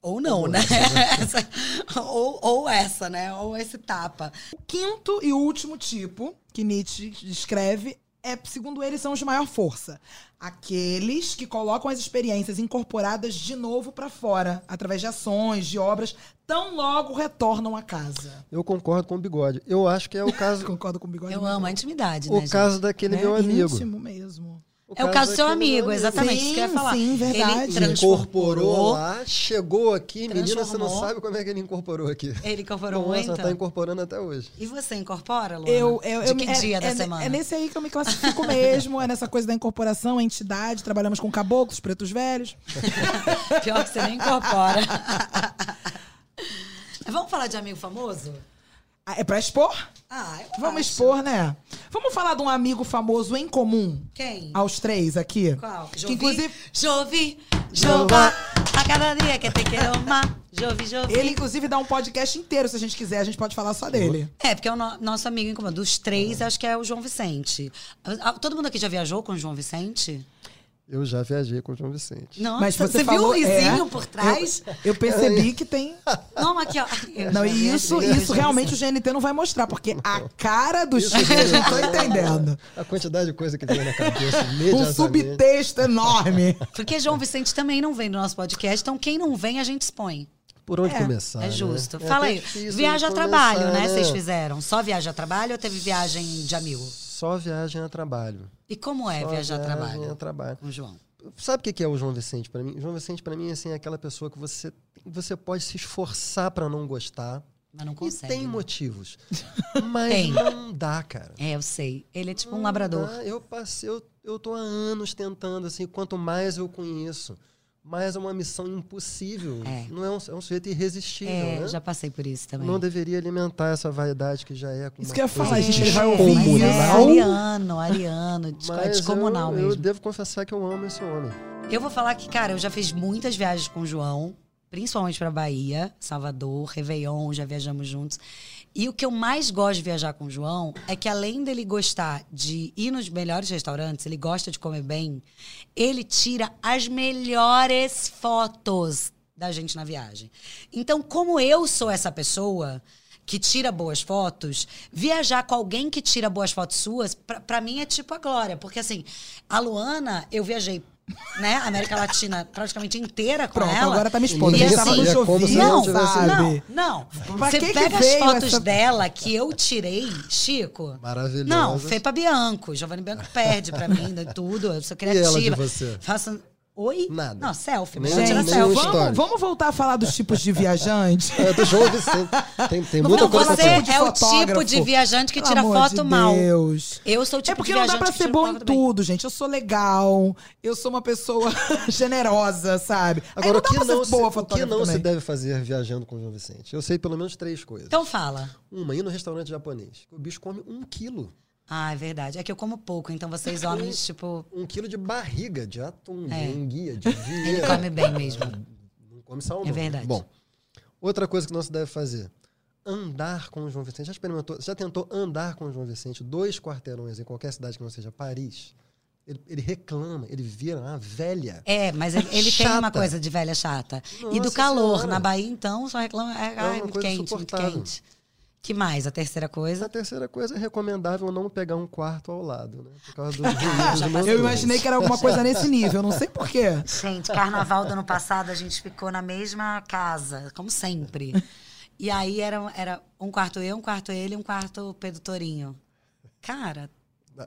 [SPEAKER 1] Ou não, né? Essa- ou, ou essa, né? Ou esse tapa.
[SPEAKER 2] O quinto e último tipo que Nietzsche descreve é, segundo ele, são os de maior força. Aqueles que colocam as experiências incorporadas de novo pra fora, através de ações, de obras, tão logo retornam à casa.
[SPEAKER 3] Eu concordo com o Bigode. Eu acho que é o caso,
[SPEAKER 2] Concordo com o Bigode?
[SPEAKER 1] Eu
[SPEAKER 2] Não.
[SPEAKER 1] amo a intimidade, né,
[SPEAKER 3] o
[SPEAKER 1] gente?
[SPEAKER 3] caso daquele
[SPEAKER 2] Né?
[SPEAKER 3] é meu amigo.
[SPEAKER 2] Íntimo mesmo.
[SPEAKER 1] É o caso do seu
[SPEAKER 3] daquele meu
[SPEAKER 1] amigo, exatamente. isso que eu ia
[SPEAKER 2] Sim,
[SPEAKER 1] falar.
[SPEAKER 2] sim, verdade.
[SPEAKER 1] Ele
[SPEAKER 3] Incorporou
[SPEAKER 1] transformou.
[SPEAKER 3] lá, chegou aqui. Menina, você não
[SPEAKER 1] Transformou.
[SPEAKER 3] sabe como é que ele incorporou aqui.
[SPEAKER 1] Ele incorporou então.
[SPEAKER 3] Nossa,
[SPEAKER 1] muito.
[SPEAKER 3] tá incorporando até hoje.
[SPEAKER 1] E você incorpora, Luana?
[SPEAKER 2] Eu, eu,
[SPEAKER 1] De
[SPEAKER 2] eu
[SPEAKER 1] que
[SPEAKER 2] é-
[SPEAKER 1] dia da
[SPEAKER 2] é-
[SPEAKER 1] semana?
[SPEAKER 2] É nesse aí que eu me classifico mesmo. É nessa coisa da incorporação, a entidade. Trabalhamos com caboclos, pretos velhos.
[SPEAKER 1] Pior que você nem incorpora. Vamos falar de amigo famoso?
[SPEAKER 2] Ah, É pra expor?
[SPEAKER 1] Ah, eu
[SPEAKER 2] Vamos
[SPEAKER 1] acho.
[SPEAKER 2] expor, né? Vamos falar de um amigo famoso em comum
[SPEAKER 1] Quem?
[SPEAKER 2] aos três aqui.
[SPEAKER 1] Qual?
[SPEAKER 2] Que inclusive,
[SPEAKER 1] Jovi, Jová. A cada dia que tem que amar. Jovi, Jovi.
[SPEAKER 2] ele inclusive dá um podcast inteiro, se a gente quiser, a gente pode falar só dele.
[SPEAKER 1] É, porque é o no- nosso amigo em comum. Dos
[SPEAKER 2] Uhum.
[SPEAKER 1] três, acho que é o João Vicente. Ah, Todo mundo aqui já viajou com o João Vicente?
[SPEAKER 3] Eu já viajei com o João Vicente.
[SPEAKER 1] Não,
[SPEAKER 2] Mas você,
[SPEAKER 1] você viu
[SPEAKER 2] falou,
[SPEAKER 1] o risinho
[SPEAKER 2] é,
[SPEAKER 1] por trás?
[SPEAKER 2] Eu, eu percebi que tem.
[SPEAKER 1] Não, aqui, ó. Eu já
[SPEAKER 2] Não, e
[SPEAKER 1] viajei
[SPEAKER 2] isso,
[SPEAKER 1] com o João
[SPEAKER 2] isso realmente o
[SPEAKER 1] Vicente.
[SPEAKER 2] GNT não vai mostrar, porque a cara dos
[SPEAKER 3] Isso
[SPEAKER 2] três eu não tô
[SPEAKER 3] é-
[SPEAKER 2] entendendo.
[SPEAKER 3] A quantidade de coisa que tem na cabeça
[SPEAKER 2] Um
[SPEAKER 3] imediatamente.
[SPEAKER 2] subtexto enorme.
[SPEAKER 1] Porque João Vicente também não vem no nosso podcast, então quem não vem, a gente expõe.
[SPEAKER 3] Por onde
[SPEAKER 2] É,
[SPEAKER 3] começar?
[SPEAKER 1] é
[SPEAKER 3] né?
[SPEAKER 1] justo.
[SPEAKER 3] É
[SPEAKER 1] Fala
[SPEAKER 3] até
[SPEAKER 1] aí.
[SPEAKER 3] difícil
[SPEAKER 1] Viagem a
[SPEAKER 3] começar,
[SPEAKER 1] trabalho, né? Vocês fizeram? Só viagem a trabalho ou teve viagem de amigo?
[SPEAKER 3] Só viagem a trabalho.
[SPEAKER 1] E como é
[SPEAKER 3] Só
[SPEAKER 1] viajar a
[SPEAKER 3] viagem
[SPEAKER 1] trabalho
[SPEAKER 3] a trabalho.
[SPEAKER 1] com o João?
[SPEAKER 3] Sabe o que que é o João Vicente para mim? O João Vicente para mim é assim, aquela pessoa que você você pode se esforçar para não gostar.
[SPEAKER 1] Mas não
[SPEAKER 3] E
[SPEAKER 1] consegue.
[SPEAKER 3] tem
[SPEAKER 1] né?
[SPEAKER 3] motivos. Mas
[SPEAKER 1] Tem.
[SPEAKER 3] não dá, cara.
[SPEAKER 1] É, eu sei. Ele é tipo
[SPEAKER 2] Ah,
[SPEAKER 1] um
[SPEAKER 3] Não
[SPEAKER 1] labrador.
[SPEAKER 3] dá. Eu passei, eu, eu tô há anos tentando, assim, quanto mais eu conheço, mais é uma missão impossível.
[SPEAKER 1] É.
[SPEAKER 3] Não é um, é um sujeito irresistível,
[SPEAKER 1] É,
[SPEAKER 3] né?
[SPEAKER 1] já passei por isso também.
[SPEAKER 3] Não deveria alimentar essa vaidade que já é com
[SPEAKER 2] Isso
[SPEAKER 3] uma
[SPEAKER 2] que eu ia
[SPEAKER 3] coisa
[SPEAKER 2] falar, gente, ele vai
[SPEAKER 1] mas
[SPEAKER 2] ouvir
[SPEAKER 1] é
[SPEAKER 2] comunal?
[SPEAKER 1] ariano, ariano, desco-
[SPEAKER 3] Mas
[SPEAKER 1] descomunal
[SPEAKER 3] eu, eu
[SPEAKER 1] mesmo.
[SPEAKER 3] devo confessar que eu amo esse homem.
[SPEAKER 1] Eu... vou falar que, cara, eu já fiz muitas viagens com o João, principalmente pra Bahia, Salvador, Réveillon, já viajamos juntos. E o que eu mais gosto de viajar com o João é que além dele gostar de ir nos melhores restaurantes, ele gosta de comer bem, ele tira as melhores fotos da gente na viagem. Então, como eu sou essa pessoa que tira boas fotos, viajar com alguém que tira boas fotos suas, pra, pra mim é tipo a glória. Porque assim, a Luana, eu viajei, né, América Latina praticamente inteira com
[SPEAKER 2] Pronto,
[SPEAKER 1] ela.
[SPEAKER 2] agora tá me expondo.
[SPEAKER 1] E
[SPEAKER 2] Ele tava
[SPEAKER 1] assim,
[SPEAKER 2] no
[SPEAKER 3] como se
[SPEAKER 2] chovinho,
[SPEAKER 1] não,
[SPEAKER 2] sabe?
[SPEAKER 1] não, não.
[SPEAKER 2] Pra
[SPEAKER 1] Você
[SPEAKER 2] que que
[SPEAKER 1] pega as
[SPEAKER 2] veio
[SPEAKER 1] fotos
[SPEAKER 2] essa-
[SPEAKER 1] dela que eu tirei, Chico.
[SPEAKER 3] Maravilhosa.
[SPEAKER 1] Não, feio pra Bianco. Giovanni Bianco perde pra mim, né, tudo. Eu sou criativa.
[SPEAKER 3] ela de você?
[SPEAKER 1] Faço... um, Oi?
[SPEAKER 3] Nada.
[SPEAKER 1] Não, selfie. mas
[SPEAKER 3] Nem-
[SPEAKER 1] eu tiro
[SPEAKER 3] nem
[SPEAKER 1] selfie.
[SPEAKER 3] o Insta.
[SPEAKER 2] Vamos, vamos voltar a falar dos tipos de viajante?
[SPEAKER 3] É do João Vicente. Tem, tem
[SPEAKER 2] Não,
[SPEAKER 3] muita
[SPEAKER 1] Não,
[SPEAKER 2] Outra
[SPEAKER 3] coisa
[SPEAKER 1] você
[SPEAKER 2] tipo
[SPEAKER 3] pra falar.
[SPEAKER 2] de
[SPEAKER 1] é o tipo
[SPEAKER 2] fotógrafo.
[SPEAKER 1] de viajante que
[SPEAKER 2] Pelo
[SPEAKER 1] tira
[SPEAKER 2] amor
[SPEAKER 1] foto
[SPEAKER 2] de
[SPEAKER 1] mal.
[SPEAKER 2] Deus.
[SPEAKER 1] Eu sou o tipo
[SPEAKER 2] é porque
[SPEAKER 1] de
[SPEAKER 2] não
[SPEAKER 1] viajante
[SPEAKER 2] dá pra
[SPEAKER 1] que
[SPEAKER 2] ser
[SPEAKER 1] tira
[SPEAKER 2] bom em
[SPEAKER 1] foto bem.
[SPEAKER 2] tudo, gente. Eu sou legal, eu sou uma pessoa generosa, sabe? Aí
[SPEAKER 3] Agora, o
[SPEAKER 2] dá
[SPEAKER 3] que
[SPEAKER 2] pra ser
[SPEAKER 3] não, se,
[SPEAKER 2] boa
[SPEAKER 3] o que
[SPEAKER 2] fotógrafa
[SPEAKER 3] não se
[SPEAKER 2] também.
[SPEAKER 3] deve fazer viajando com o João Vicente? Eu sei pelo menos três coisas.
[SPEAKER 1] Então fala.
[SPEAKER 3] Uma, ir no restaurante japonês. O bicho come um quilo.
[SPEAKER 1] Ah, é verdade. É que eu como pouco, então vocês homens, tipo...
[SPEAKER 3] Um quilo de barriga, de atum,
[SPEAKER 1] É.
[SPEAKER 3] de enguia, de
[SPEAKER 1] Ele
[SPEAKER 3] vieira.
[SPEAKER 1] come bem mesmo.
[SPEAKER 3] Não come salmão.
[SPEAKER 1] É verdade.
[SPEAKER 3] Bom, outra coisa que não se deve fazer. Andar com o João Vicente. Já experimentou, já tentou andar com o João Vicente dois quarteirões em qualquer cidade que não seja Paris? Ele, ele reclama, ele vira uma velha.
[SPEAKER 1] É, mas ele, ele tem uma
[SPEAKER 3] Chata.
[SPEAKER 1] coisa de velha chata. e do
[SPEAKER 3] Nossa
[SPEAKER 1] calor.
[SPEAKER 3] Senhora.
[SPEAKER 1] Na Bahia, então, só reclama. É,
[SPEAKER 3] uma
[SPEAKER 1] ai, muito
[SPEAKER 3] coisa
[SPEAKER 1] quente, muito
[SPEAKER 3] insuportável.
[SPEAKER 1] quente. Que mais? A terceira
[SPEAKER 3] A
[SPEAKER 1] coisa.
[SPEAKER 3] terceira coisa é recomendável não pegar um quarto ao lado, né? Por causa dos ruídos do motor.
[SPEAKER 2] Eu imaginei que era alguma coisa nesse nível, não sei porquê.
[SPEAKER 1] Gente, carnaval do ano passado a gente ficou na mesma casa, como sempre. E aí era, era um quarto eu, um quarto ele e um quarto Pedro Torinho. Cara,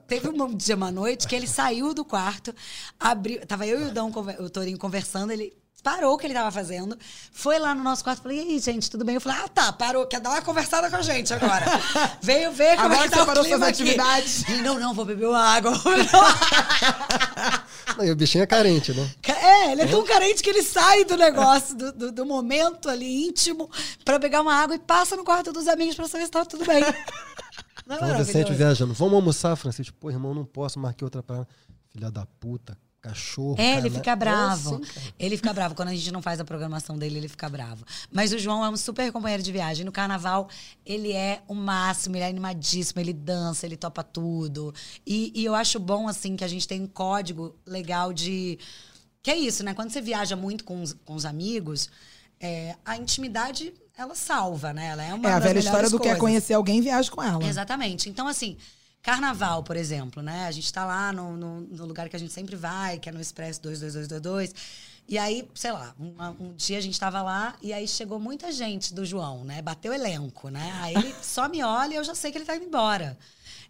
[SPEAKER 1] teve um dia, uma noite, que ele saiu do quarto, abriu. Tava eu e o Dão, conver- o Torinho, conversando, ele parou o que ele tava fazendo, foi lá no nosso quarto, falei, e aí, gente, tudo bem? Eu falei, ah, tá, parou, quer dar uma conversada com a gente agora. Veio ver como
[SPEAKER 2] Agora
[SPEAKER 1] é que
[SPEAKER 2] que
[SPEAKER 1] tá o
[SPEAKER 2] você parou
[SPEAKER 1] clima
[SPEAKER 2] suas
[SPEAKER 1] aqui.
[SPEAKER 2] atividades.
[SPEAKER 1] Ele, não, não, vou beber uma água. vou beber uma
[SPEAKER 3] Não, e o bichinho é carente, né?
[SPEAKER 1] Ca- É, ele é tão carente que ele sai do negócio, do, do, do momento ali íntimo, pra pegar uma água e passa no quarto dos amigos pra saber se tá tudo bem. Não é
[SPEAKER 3] João Vicente
[SPEAKER 1] maravilhoso?
[SPEAKER 3] viajando. Vamos almoçar, Francisco? Pô, irmão, não posso, marquei outra parada. Filha da puta, cachorro.
[SPEAKER 1] É, ele
[SPEAKER 2] né?
[SPEAKER 3] cana-
[SPEAKER 1] fica
[SPEAKER 3] É
[SPEAKER 1] bravo.
[SPEAKER 3] assim, cara.
[SPEAKER 1] ele fica bravo. Quando a gente não faz a programação dele, ele fica bravo. Mas o João é um super companheiro de viagem. No carnaval, ele é o máximo, ele é animadíssimo, ele dança, ele topa tudo. E, e eu acho bom, assim, que a gente tem um código legal de. Que é isso, né? Quando você viaja muito com os, com os amigos, é, a intimidade, ela salva, né? Ela é uma
[SPEAKER 2] É a
[SPEAKER 1] das
[SPEAKER 2] velha
[SPEAKER 1] melhores
[SPEAKER 2] história do que é
[SPEAKER 1] coisas.
[SPEAKER 2] conhecer alguém e viaja com ela.
[SPEAKER 1] Exatamente. Então, assim, carnaval, por exemplo, né? A gente tá lá no, no, no lugar que a gente sempre vai, que é no Expresso 22222. E aí, sei lá, uma- um, dia a gente tava lá e aí chegou muita gente do João, né? Bateu elenco, né? Aí ele só me olha e eu já sei que ele tá indo embora.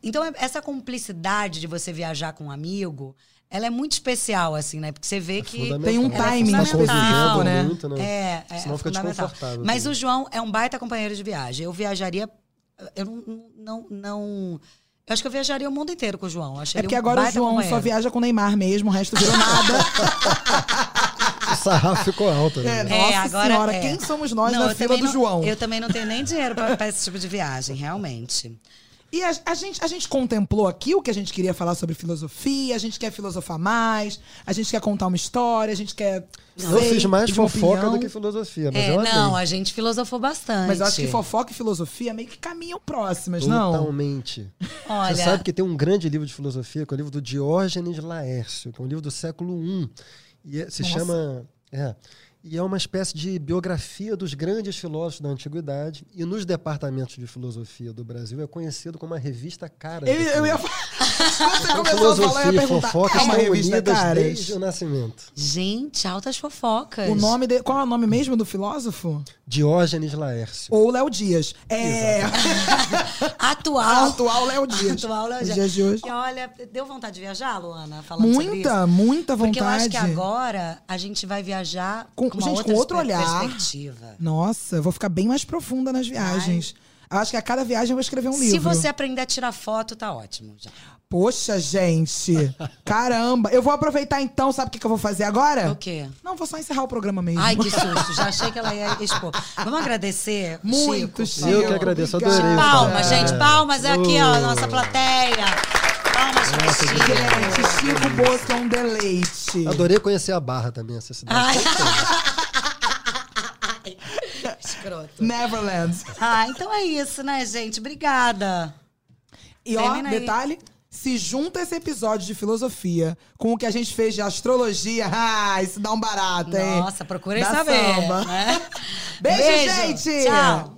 [SPEAKER 1] Então, é- essa cumplicidade de você viajar com um amigo, ela é muito especial, assim, né? Porque você vê que.
[SPEAKER 3] fundamental. tá
[SPEAKER 2] Tem um
[SPEAKER 1] ela é
[SPEAKER 2] timing
[SPEAKER 1] fundamental.
[SPEAKER 2] específico, né?
[SPEAKER 3] Muito, né?
[SPEAKER 1] É, é
[SPEAKER 3] Senão fica
[SPEAKER 1] fundamental.
[SPEAKER 3] desconfortável
[SPEAKER 1] Mas
[SPEAKER 3] também.
[SPEAKER 1] o João é um baita companheiro de viagem. Eu viajaria. Eu não. não, não eu acho que eu viajaria o mundo inteiro com o João. Eu acho
[SPEAKER 2] É
[SPEAKER 1] ele
[SPEAKER 2] porque
[SPEAKER 1] um
[SPEAKER 2] agora o
[SPEAKER 1] baita
[SPEAKER 2] João só
[SPEAKER 1] companheiro.
[SPEAKER 2] viaja com o Neymar mesmo, o resto virou nada.
[SPEAKER 3] Isso sarra ficou alta. Né?
[SPEAKER 2] É, nossa senhora, quem somos nós
[SPEAKER 1] Não,
[SPEAKER 2] na
[SPEAKER 1] eu
[SPEAKER 2] fila
[SPEAKER 1] também
[SPEAKER 2] do
[SPEAKER 1] não-
[SPEAKER 2] João?
[SPEAKER 1] Eu também não tenho nem dinheiro pra, pra esse tipo de viagem, realmente.
[SPEAKER 2] E a, a gente, a gente contemplou aqui o que a gente queria falar sobre filosofia, a gente quer filosofar mais, a gente quer contar uma história, a gente quer.
[SPEAKER 3] Eu
[SPEAKER 2] sei,
[SPEAKER 3] fiz mais
[SPEAKER 2] pedir é, uma
[SPEAKER 3] fofoca
[SPEAKER 2] opinião.
[SPEAKER 3] do que filosofia, mas
[SPEAKER 1] É,
[SPEAKER 3] eu amei.
[SPEAKER 1] não, a gente filosofou bastante.
[SPEAKER 2] Mas eu acho que fofoca e filosofia meio que caminham próximas,
[SPEAKER 3] um
[SPEAKER 2] não?
[SPEAKER 3] Totalmente.
[SPEAKER 1] Olha,
[SPEAKER 3] Você sabe que tem um grande livro de filosofia, que é o livro do Diógenes Laércio, que é um livro do século I. E é- se
[SPEAKER 2] Nossa.
[SPEAKER 3] chama. É. E é uma espécie de biografia dos grandes filósofos da antiguidade. E nos departamentos de filosofia do Brasil é conhecido como a revista Cara.
[SPEAKER 2] Eu,
[SPEAKER 3] do
[SPEAKER 2] eu ia falar.
[SPEAKER 3] filósofo.
[SPEAKER 2] Quando
[SPEAKER 1] Então, é
[SPEAKER 2] você começou a falar, eu ia
[SPEAKER 3] Filosofia e
[SPEAKER 2] perguntar.
[SPEAKER 3] fofoca
[SPEAKER 2] é uma
[SPEAKER 3] estão
[SPEAKER 2] revista,
[SPEAKER 3] unidas
[SPEAKER 2] cara.
[SPEAKER 3] desde o nascimento.
[SPEAKER 1] gente, altas fofocas.
[SPEAKER 2] O nome de... Qual é o nome mesmo do filósofo?
[SPEAKER 3] Diógenes Laércio.
[SPEAKER 2] Ou Léo Dias. É.
[SPEAKER 1] atual.
[SPEAKER 2] Atual Léo Dias.
[SPEAKER 1] Atual Léo
[SPEAKER 2] Os
[SPEAKER 1] Dias.
[SPEAKER 2] dias de hoje.
[SPEAKER 1] E olha, deu vontade de viajar, Luana? Falando sobre isso?
[SPEAKER 2] Muita, muita vontade.
[SPEAKER 1] Porque eu acho que agora a gente vai viajar
[SPEAKER 2] Com-
[SPEAKER 1] com, uma
[SPEAKER 2] gente,
[SPEAKER 1] outra
[SPEAKER 2] com outro
[SPEAKER 1] perspe-
[SPEAKER 2] olhar.
[SPEAKER 1] perspectiva.
[SPEAKER 2] Nossa, eu vou ficar bem mais profunda nas viagens. Eu acho que a cada viagem eu vou escrever um
[SPEAKER 1] Se
[SPEAKER 2] livro.
[SPEAKER 1] você aprender a tirar foto, tá ótimo. Já.
[SPEAKER 2] Poxa, gente. Caramba. Eu vou aproveitar então, sabe o que, que eu vou fazer agora?
[SPEAKER 1] O quê?
[SPEAKER 2] Não, vou só encerrar o programa mesmo.
[SPEAKER 1] Ai, que susto. Já achei que ela ia expor. Vamos agradecer,
[SPEAKER 2] Muito,
[SPEAKER 1] Chico.
[SPEAKER 2] Chico.
[SPEAKER 3] Eu que agradeço,
[SPEAKER 2] Obrigada.
[SPEAKER 3] adorei.
[SPEAKER 1] Palmas,
[SPEAKER 3] Cara.
[SPEAKER 1] gente. Palmas é aqui, ó, a nossa
[SPEAKER 3] Oh.
[SPEAKER 1] plateia. Palmas pro Chico.
[SPEAKER 2] Gente, Chico Bosco é um deleite.
[SPEAKER 3] Adorei conhecer a Barra também, essa cidade.
[SPEAKER 1] Ai. Escroto.
[SPEAKER 2] Neverland.
[SPEAKER 1] Ah, então é isso, né, gente? Obrigada.
[SPEAKER 2] E ó,
[SPEAKER 1] Termina aí.
[SPEAKER 2] detalhe, se junta esse episódio de filosofia com o que a gente fez de astrologia, ah, isso dá um barato, hein?
[SPEAKER 1] Nossa, procurem
[SPEAKER 2] Dá
[SPEAKER 1] saber.
[SPEAKER 2] samba.
[SPEAKER 1] né?
[SPEAKER 2] Beijo, gente!
[SPEAKER 1] Tchau.